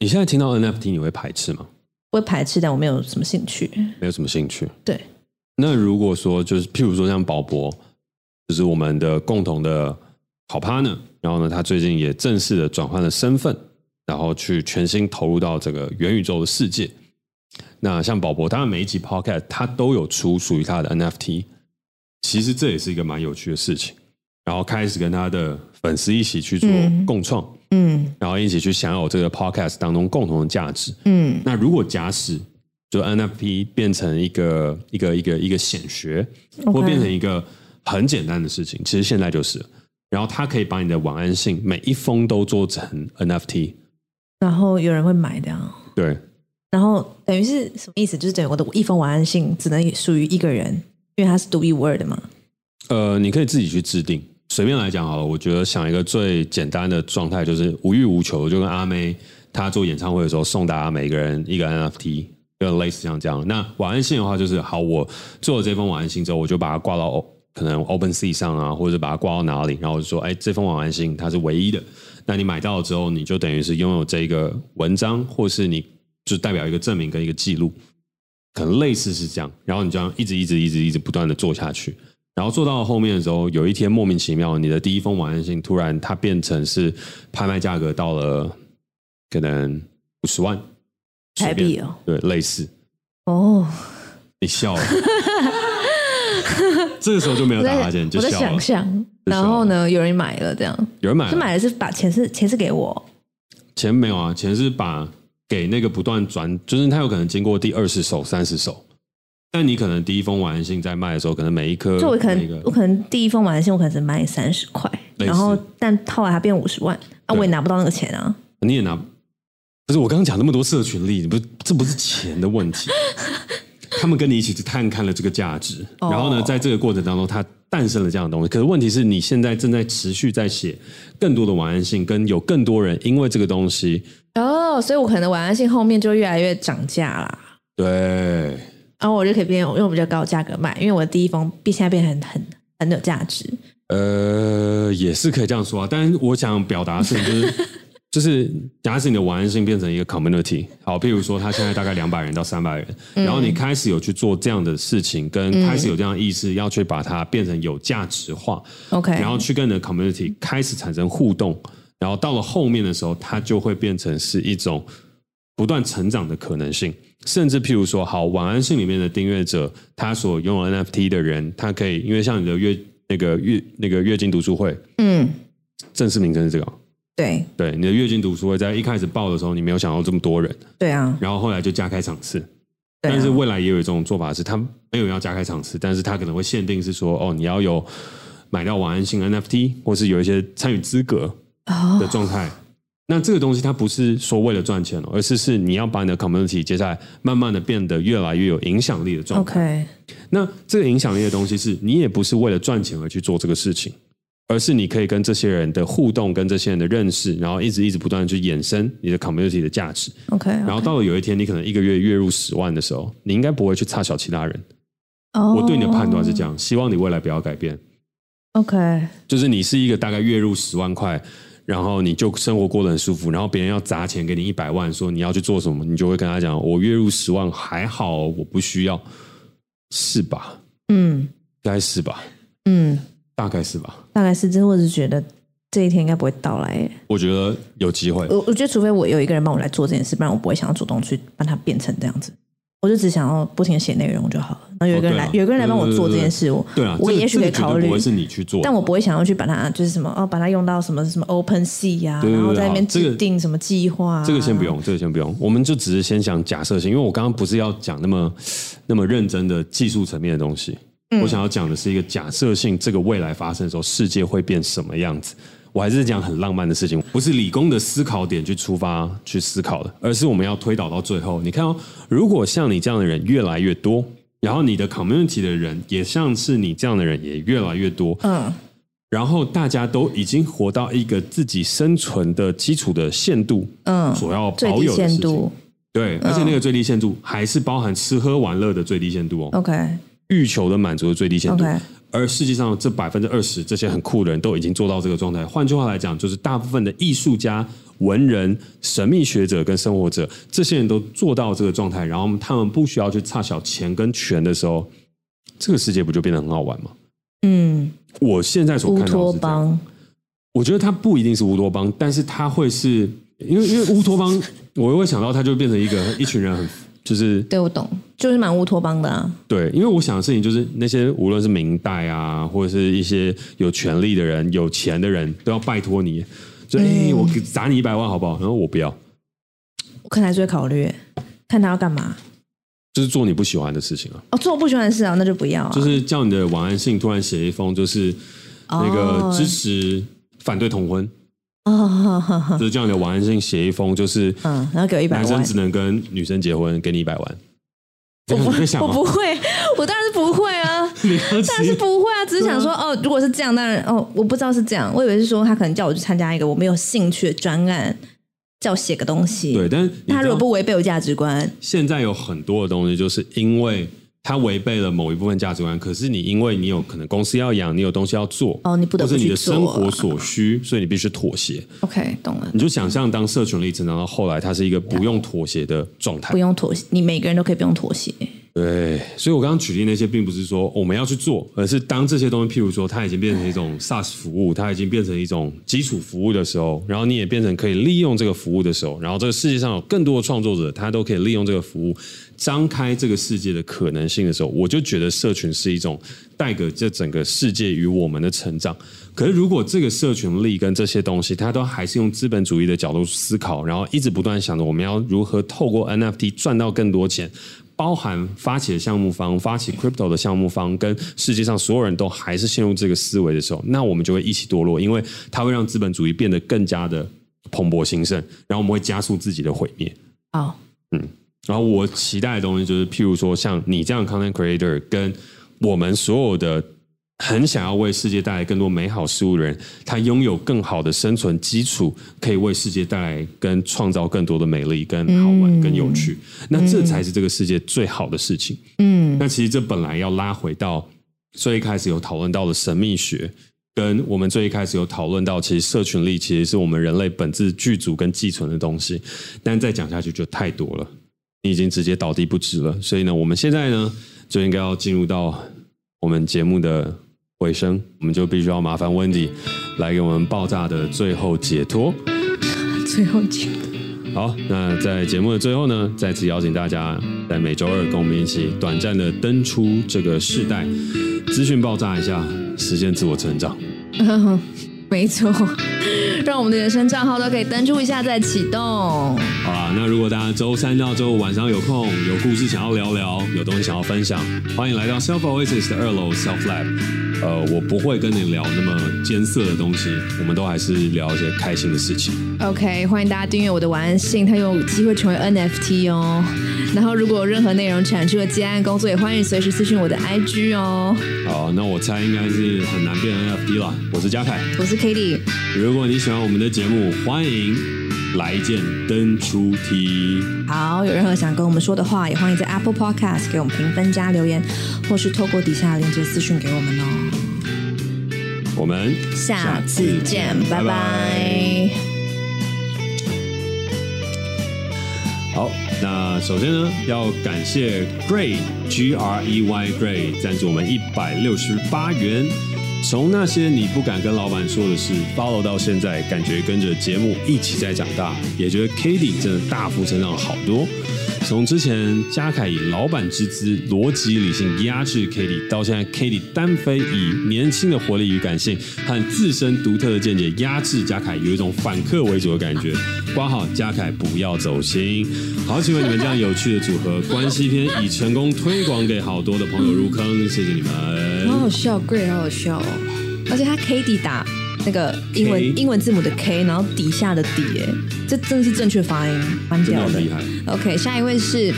Speaker 3: 你现在听到 NFT 你会排斥吗？
Speaker 2: 不会排斥，但我没有什么兴趣。
Speaker 3: 没有什么兴趣。
Speaker 2: 对，
Speaker 3: 那如果说就是譬如说像宝博，就是我们的共同的好 partner，然后呢，他最近也正式的转换了身份，然后去全心投入到这个元宇宙的世界。那像宝博，当然每一集 podcast 它都有出属于它的 NFT，其实这也是一个蛮有趣的事情。然后开始跟他的粉丝一起去做
Speaker 2: 嗯
Speaker 3: 共创，
Speaker 2: 嗯
Speaker 3: 然后一起去享有这个 podcast 当中共同的价值。
Speaker 2: 嗯
Speaker 3: 那如果假使就 NFP 变成一个一个一个一个显学，或变成一个很简单的事情，其实现在就是了。然后它可以把你的晚安信每一封都做成 NFT，
Speaker 2: 然后有人会买的啊。
Speaker 3: 对
Speaker 2: 然后等于是什么意思？就是等于我的一封晚安信只能属于一个人，因为它是独一无二的嘛。
Speaker 3: 呃，你可以自己去制定。随便来讲好了，我觉得想一个最简单的状态就是无欲无求，就跟阿妹她做演唱会的时候送大家每个人一个 NFT，就类似像这样。那晚安信的话，就是好，我做了这封晚安信之后，我就把它挂到 O- 可能 Open Sea 上啊，或者把它挂到哪里，然后我就说，哎，这封晚安信它是唯一的。那你买到了之后，你就等于是拥有这个文章，或是你就代表一个证明跟一个记录，可能类似是这样。然后你这样一直一直一直一直不断的做下去。然后做到后面的时候，有一天莫名其妙，你的第一封晚安信突然它变成是拍卖价格到了可能五十万
Speaker 2: 台币哦，
Speaker 3: 随便对，类似
Speaker 2: 哦，
Speaker 3: 你 笑了，这个时候就没有
Speaker 2: 我
Speaker 3: 打
Speaker 2: 在
Speaker 3: 哈欠，就
Speaker 2: 我在
Speaker 3: 笑了
Speaker 2: 想。象，
Speaker 3: 就笑了嗯
Speaker 2: 然后呢，有人买了这样，
Speaker 3: 有人买
Speaker 2: 是
Speaker 3: 了
Speaker 2: 买了是把钱是钱是给我，
Speaker 3: 钱没有啊，钱是把给那个不断转，就是他有可能经过第二十手、三十手，但你可能第一封晚安信在卖的时候，可能每一颗
Speaker 2: 就我可
Speaker 3: 呃每一个
Speaker 2: 能我可能第一封晚安信我可能只卖三十块，
Speaker 3: 类似
Speaker 2: 然后但后来它变五十万，啊，
Speaker 3: 对
Speaker 2: 我也拿不到那个钱啊。
Speaker 3: 你也拿不是我刚刚讲那么多社群力，不是这不是钱的问 题，他们跟你一起去探看了这个价值，
Speaker 2: 哦
Speaker 3: 然后呢，在这个过程当中，它诞生了这样的东西。可是问题是你现在正在持续在写更多的晚安信，跟有更多人因为这个东西，
Speaker 2: 哦，所以我可能晚安信后面就越来越涨价啦，
Speaker 3: 对，
Speaker 2: 然啊后我就可以变用比较高的价格卖，因为我的第一封变现在变很很很有价值。
Speaker 3: 呃，也是可以这样说啊，但是我想表达的是，就是就是，假使你的晚安性变成一个 community，好，譬如说他现在大概两百人到三百人，然后你开始有去做这样的事情，跟开始有这样的意识，要去把它变成有价值化，
Speaker 2: OK，
Speaker 3: 然后去跟你的 community 开始产生互动，然后到了后面的时候，它就会变成是一种不断成长的可能性。甚至譬如说，好，晚安信里面的订阅者，他所拥有 NFT 的人，他可以因为像你的月那个月那个月经读书会，
Speaker 2: 嗯，
Speaker 3: 正式名称是这个哦，
Speaker 2: 对
Speaker 3: 对，你的月经读书会在一开始报的时候，你没有想到这么多人，
Speaker 2: 对啊，
Speaker 3: 然后后来就加开场次，
Speaker 2: 对啊
Speaker 3: 但是未来也有一种做法是，他没有要加开场次，但是他可能会限定是说，哦，你要有买到晚安信 NFT，或是有一些参与资格，的状态。那这个东西它不是说为了赚钱哦，而是是你要把你的 community 接下来慢慢的变得越来越有影响力的状态。
Speaker 2: OK，
Speaker 3: 那这个影响力的东西是你也不是为了赚钱而去做这个事情，而是你可以跟这些人的互动、跟这些人的认识，然后一直一直不断的去衍生你的 community 的价值。
Speaker 2: OK，
Speaker 3: 然后到了有一天，你可能一个月月入十万的时候，你应该不会去差小其他人。
Speaker 2: 哦
Speaker 3: 我对你的判断是这样，希望你未来不要改变。
Speaker 2: OK，
Speaker 3: 就是你是一个大概月入十万块，然后你就生活过得很舒服，然后别人要砸钱给你一百万，说你要去做什么，你就会跟他讲：“我月入十万还好，我不需要，是吧？
Speaker 2: 嗯
Speaker 3: 应该是吧，
Speaker 2: 嗯，
Speaker 3: 大概是吧。
Speaker 2: 大概是这，我只是觉得这一天应该不会到来耶。
Speaker 3: 我觉得有机会。
Speaker 2: 我我觉得除非我有一个人帮我来做这件事，不然我不会想要主动去把它变成这样子。我就只想要不停的写内容就好了，然后有一个人来，
Speaker 3: 哦对啊
Speaker 2: 有一个人来帮我做这件事，
Speaker 3: 对
Speaker 2: 我
Speaker 3: 对啊，
Speaker 2: 我
Speaker 3: 这个
Speaker 2: 也许可以考
Speaker 3: 这个绝对
Speaker 2: 虑
Speaker 3: 不会，是你去做的，
Speaker 2: 但我不会想要去把它就是什么哦，把它用到什么什么 Open Sea 呀、
Speaker 3: 对对对
Speaker 2: 然后在那边
Speaker 3: 好这个
Speaker 2: 制定什么计划、啊
Speaker 3: 这个先不。用，这个先不用，我们就只是先想假设性，因为我刚刚不是要讲那么那么认真的技术层面的东西，我想要讲的是一个假设性，这个未来发生的时候，世界会变什么样子。我还是讲很浪漫的事情，不是理工的思考点去出发去思考的，而是我们要推导到最后。你看哦，如果像你这样的人越来越多，然后你的 community 的人也像是你这样的人也越来越多，
Speaker 2: 嗯，
Speaker 3: 然后大家都已经活到一个自己生存的基础的限度，
Speaker 2: 嗯
Speaker 3: 所要
Speaker 2: 最
Speaker 3: 保
Speaker 2: 低
Speaker 3: 有的
Speaker 2: 限
Speaker 3: 事情，
Speaker 2: 度嗯
Speaker 3: 对，而且那个最低限度还是包含吃喝玩乐的最低限度哦，
Speaker 2: ，OK，
Speaker 3: 欲求的满足的最低限度
Speaker 2: OK。
Speaker 3: 而世界上这百分之二十这些很酷的人都已经做到这个状态。换句话来讲，就是大部分的艺术家、文人、神秘学者跟生活者，这些人都做到这个状态，然后他们不需要去差小钱跟权的时候，这个世界不就变得很好玩吗？
Speaker 2: 嗯，
Speaker 3: 我现在所
Speaker 2: 乌
Speaker 3: 看到
Speaker 2: 托
Speaker 3: 的是这样。
Speaker 2: 邦，
Speaker 3: 我觉得它不一定是乌托邦，但是它会是因为因为乌托邦，我又会想到它就变成一个一群人很就是
Speaker 2: 对我懂，就是蛮乌托邦的啊。
Speaker 3: 对，因为我想的事情就是那些无论是明代啊，或者是一些有权力的人、有钱的人，都要拜托你，
Speaker 2: 嗯
Speaker 3: 就哎、诶我给砸你一百万好不好？然后我不要，
Speaker 2: 我可能还是会考虑，看他要干嘛。
Speaker 3: 就是做你不喜欢的事情啊，
Speaker 2: 哦，做我不喜欢的事啊，那就不要啊。
Speaker 3: 就是叫你的晚安信突然写一封，就是那
Speaker 2: 哦
Speaker 3: 个支持反对同婚，
Speaker 2: 哦，哈哈
Speaker 3: 就是叫你的晚安信写一封，就是
Speaker 2: 嗯，然后给我一百
Speaker 3: 男生
Speaker 2: 万
Speaker 3: 只。能跟女生结婚，给你一百万。
Speaker 2: 我
Speaker 3: 你在想
Speaker 2: 不，
Speaker 3: 吗
Speaker 2: 我不会，我当然是不会啊，
Speaker 3: 你要
Speaker 2: 当然是不会啊，只是想说哦，如果是这样，当然哦，我不知道是这样，我以为是说他可能叫我去参加一个我没有兴趣的专案，叫我写个东西。
Speaker 3: 对，但是你
Speaker 2: 那他
Speaker 3: 知
Speaker 2: 如
Speaker 3: 道
Speaker 2: 果不违背我价值观，
Speaker 3: 现在有很多的东西，就是因为它违背了某一部分价值观，可是你因为你有可能公司要养，你有东西要做，
Speaker 2: 哦你不得
Speaker 3: 或
Speaker 2: 不
Speaker 3: 是你的
Speaker 2: 去做
Speaker 3: 生活所需，所以你必须妥协。
Speaker 2: ，OK，懂了
Speaker 3: 你，就想象当社群力成长到后来，它是一个不用妥协的状态
Speaker 2: 不。用妥协，你每个人都可以不用妥协。
Speaker 3: 对，所以我刚刚举例那些，并不是说我们要去做，而是当这些东西，譬如说它已经变成一种 SaaS 服务，它已经变成一种基础服务的时候，然后你也变成可以利用这个服务的时候，然后这个世界上有更多的创作者，他都可以利用这个服务，张开这个世界的可能性的时候，我就觉得社群是一种带给这整个世界与我们的成长。可是如果这个社群力跟这些东西，它都还是用资本主义的角度思考，然后一直不断想着我们要如何透过 NFT 赚到更多钱。包含发起的项目方、发起 crypto 的项目方，跟世界上所有人都还是陷入这个思维的时候，那我们就会一起堕落，因为它会让资本主义变得更加的蓬勃兴盛，然后我们会加速自己的毁灭。
Speaker 2: 好，
Speaker 3: 然后我期待的东西就是，譬如说像你这样的 content creator，跟我们所有的很想要为世界带来更多美好事物的人，他拥有更好的生存基础，可以为世界带来跟创造更多的美丽、跟好玩、跟有趣。那这才是这个世界最好的事情。
Speaker 2: 嗯
Speaker 3: 那其实这本来要拉回到最一开始有讨论到的神秘学，跟我们最一开始有讨论到，其实社群力其实是我们人类本质具足跟寄存的东西，但再讲下去就太多了，你已经直接倒地不止了。所以呢，我们现在呢就应该要进入到我们节目的尾声，我们就必须要麻烦 Wendy 来给我们爆炸的最后解脱。
Speaker 2: 最后请
Speaker 3: 好，那在节目的最后呢，再次邀请大家在每周二跟我们一起短暂的登出这个世代，资讯爆炸一下，实现自我成长。
Speaker 2: 嗯， 没错，让我们的人生账号都可以登出一下再启动。
Speaker 3: 好啦，好，那如果大家周三到周五晚上有空，有故事想要聊聊，有东西想要分享，欢迎来到 Self Oasis 的二楼 Self Lab。呃，我不会跟你聊那么艰涩的东西，我们都还是聊一些开心的事情。
Speaker 2: OK，欢迎大家订阅我的晚安信，它有机会成为 NFT 哦。然后如果有任何内容产出的接案工作，也欢迎随时私讯我的 IG 哦。
Speaker 3: 好，那我猜应该是很难变 NFT 啦。我是嘉凯，
Speaker 2: 我是 Kitty，
Speaker 3: 如果你喜欢我们的节目，欢迎来一件登出题。
Speaker 4: 好，有任何想跟我们说的话，也欢迎在 Apple Podcast 给我们评分加留言，或是透过底下链接私讯给我们哦。
Speaker 3: 我们
Speaker 4: 下次见，拜拜。
Speaker 3: 好，那首先呢，要感谢 Gray G R E Y Gray 赞助我们一百六十八元。从那些你不敢跟老板说的事，follow 到现在，感觉跟着节目一起在长大，也觉得 Kitty 真的大幅成长好多。从之前嘉凯以老板之姿、逻辑理性压制 Kitty，到现在 Kitty 单飞以年轻的活力与感性和自身独特的见解压制嘉凯，有一种反客为主的感觉。挂好嘉凯，不要走心。好，喜欢你们这样有趣的组合，关系篇已成功推广给好多的朋友入坑，谢谢你们。
Speaker 2: 好好笑，Gray 好好笑哦。而且他 K D 打那个英文
Speaker 3: K
Speaker 2: 英文字母的 K，然后底下的底，哎，这真的是正确发音，蛮
Speaker 3: 真的
Speaker 2: 屌
Speaker 3: 很厉害。
Speaker 2: OK，下一位是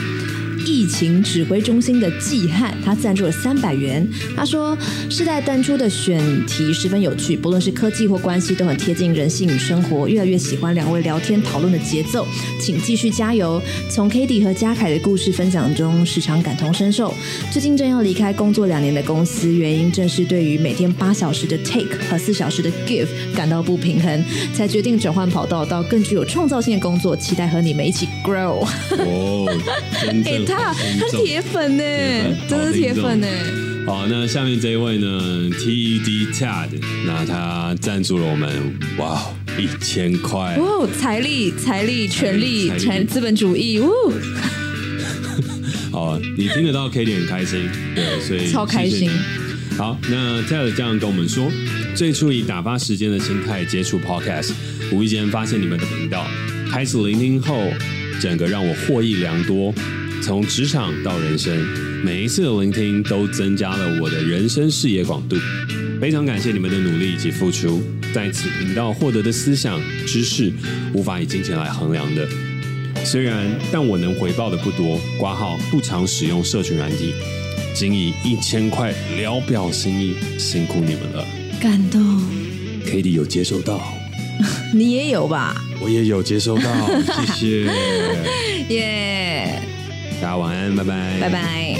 Speaker 2: 疫情指挥中心的季汉，他赞助了三百元。他说，世代淡出的选题十分有趣，不论是科技或关系，都很贴近人性与生活。越来越喜欢两位聊天讨论的节奏，请继续加油。从 k d 和嘉凯的故事分享中，时常感同身受。最近正要离开工作两年的公司，原因正是对于每天八小时的 take 和四小时的 give 感到不平衡，才决定转换跑道到更具有创造性的工作，期待和你们一起 grow。
Speaker 3: 哦，真
Speaker 2: 哎、
Speaker 3: 正
Speaker 2: 他他是铁粉呢
Speaker 3: 粉，
Speaker 2: 真的是铁粉呢。
Speaker 3: 好，那下面这一位呢，TED Tad，那他赞助了我们，哇，一千块。
Speaker 2: 哇，哦财力、财力、权力、
Speaker 3: 财力
Speaker 2: 权资本主义，呜，
Speaker 3: 哦，你听得到 K 点很开心， 对，所以
Speaker 2: 超开
Speaker 3: 谢
Speaker 2: 心
Speaker 3: 谢你。好，那 Ted 这样跟我们说，最初以打发时间的心态接触 Podcast，无意间发现你们的频道，开始聆听后，整个让我获益良多。从职场到人生，每一次的聆听都增加了我的人生视野广度。非常感谢你们的努力以及付出，在此频道获得的思想知识，无法以金钱来衡量的。虽然但我能回报的不多，挂号不常使用社群软体，仅以一千块聊表心意，辛苦你们了。
Speaker 2: 感动。
Speaker 3: k d 有接收到，
Speaker 2: 你也有吧？
Speaker 3: 我也有接收到，谢 谢，
Speaker 2: 耶、
Speaker 3: 大家晚安，拜拜，
Speaker 2: 拜。拜。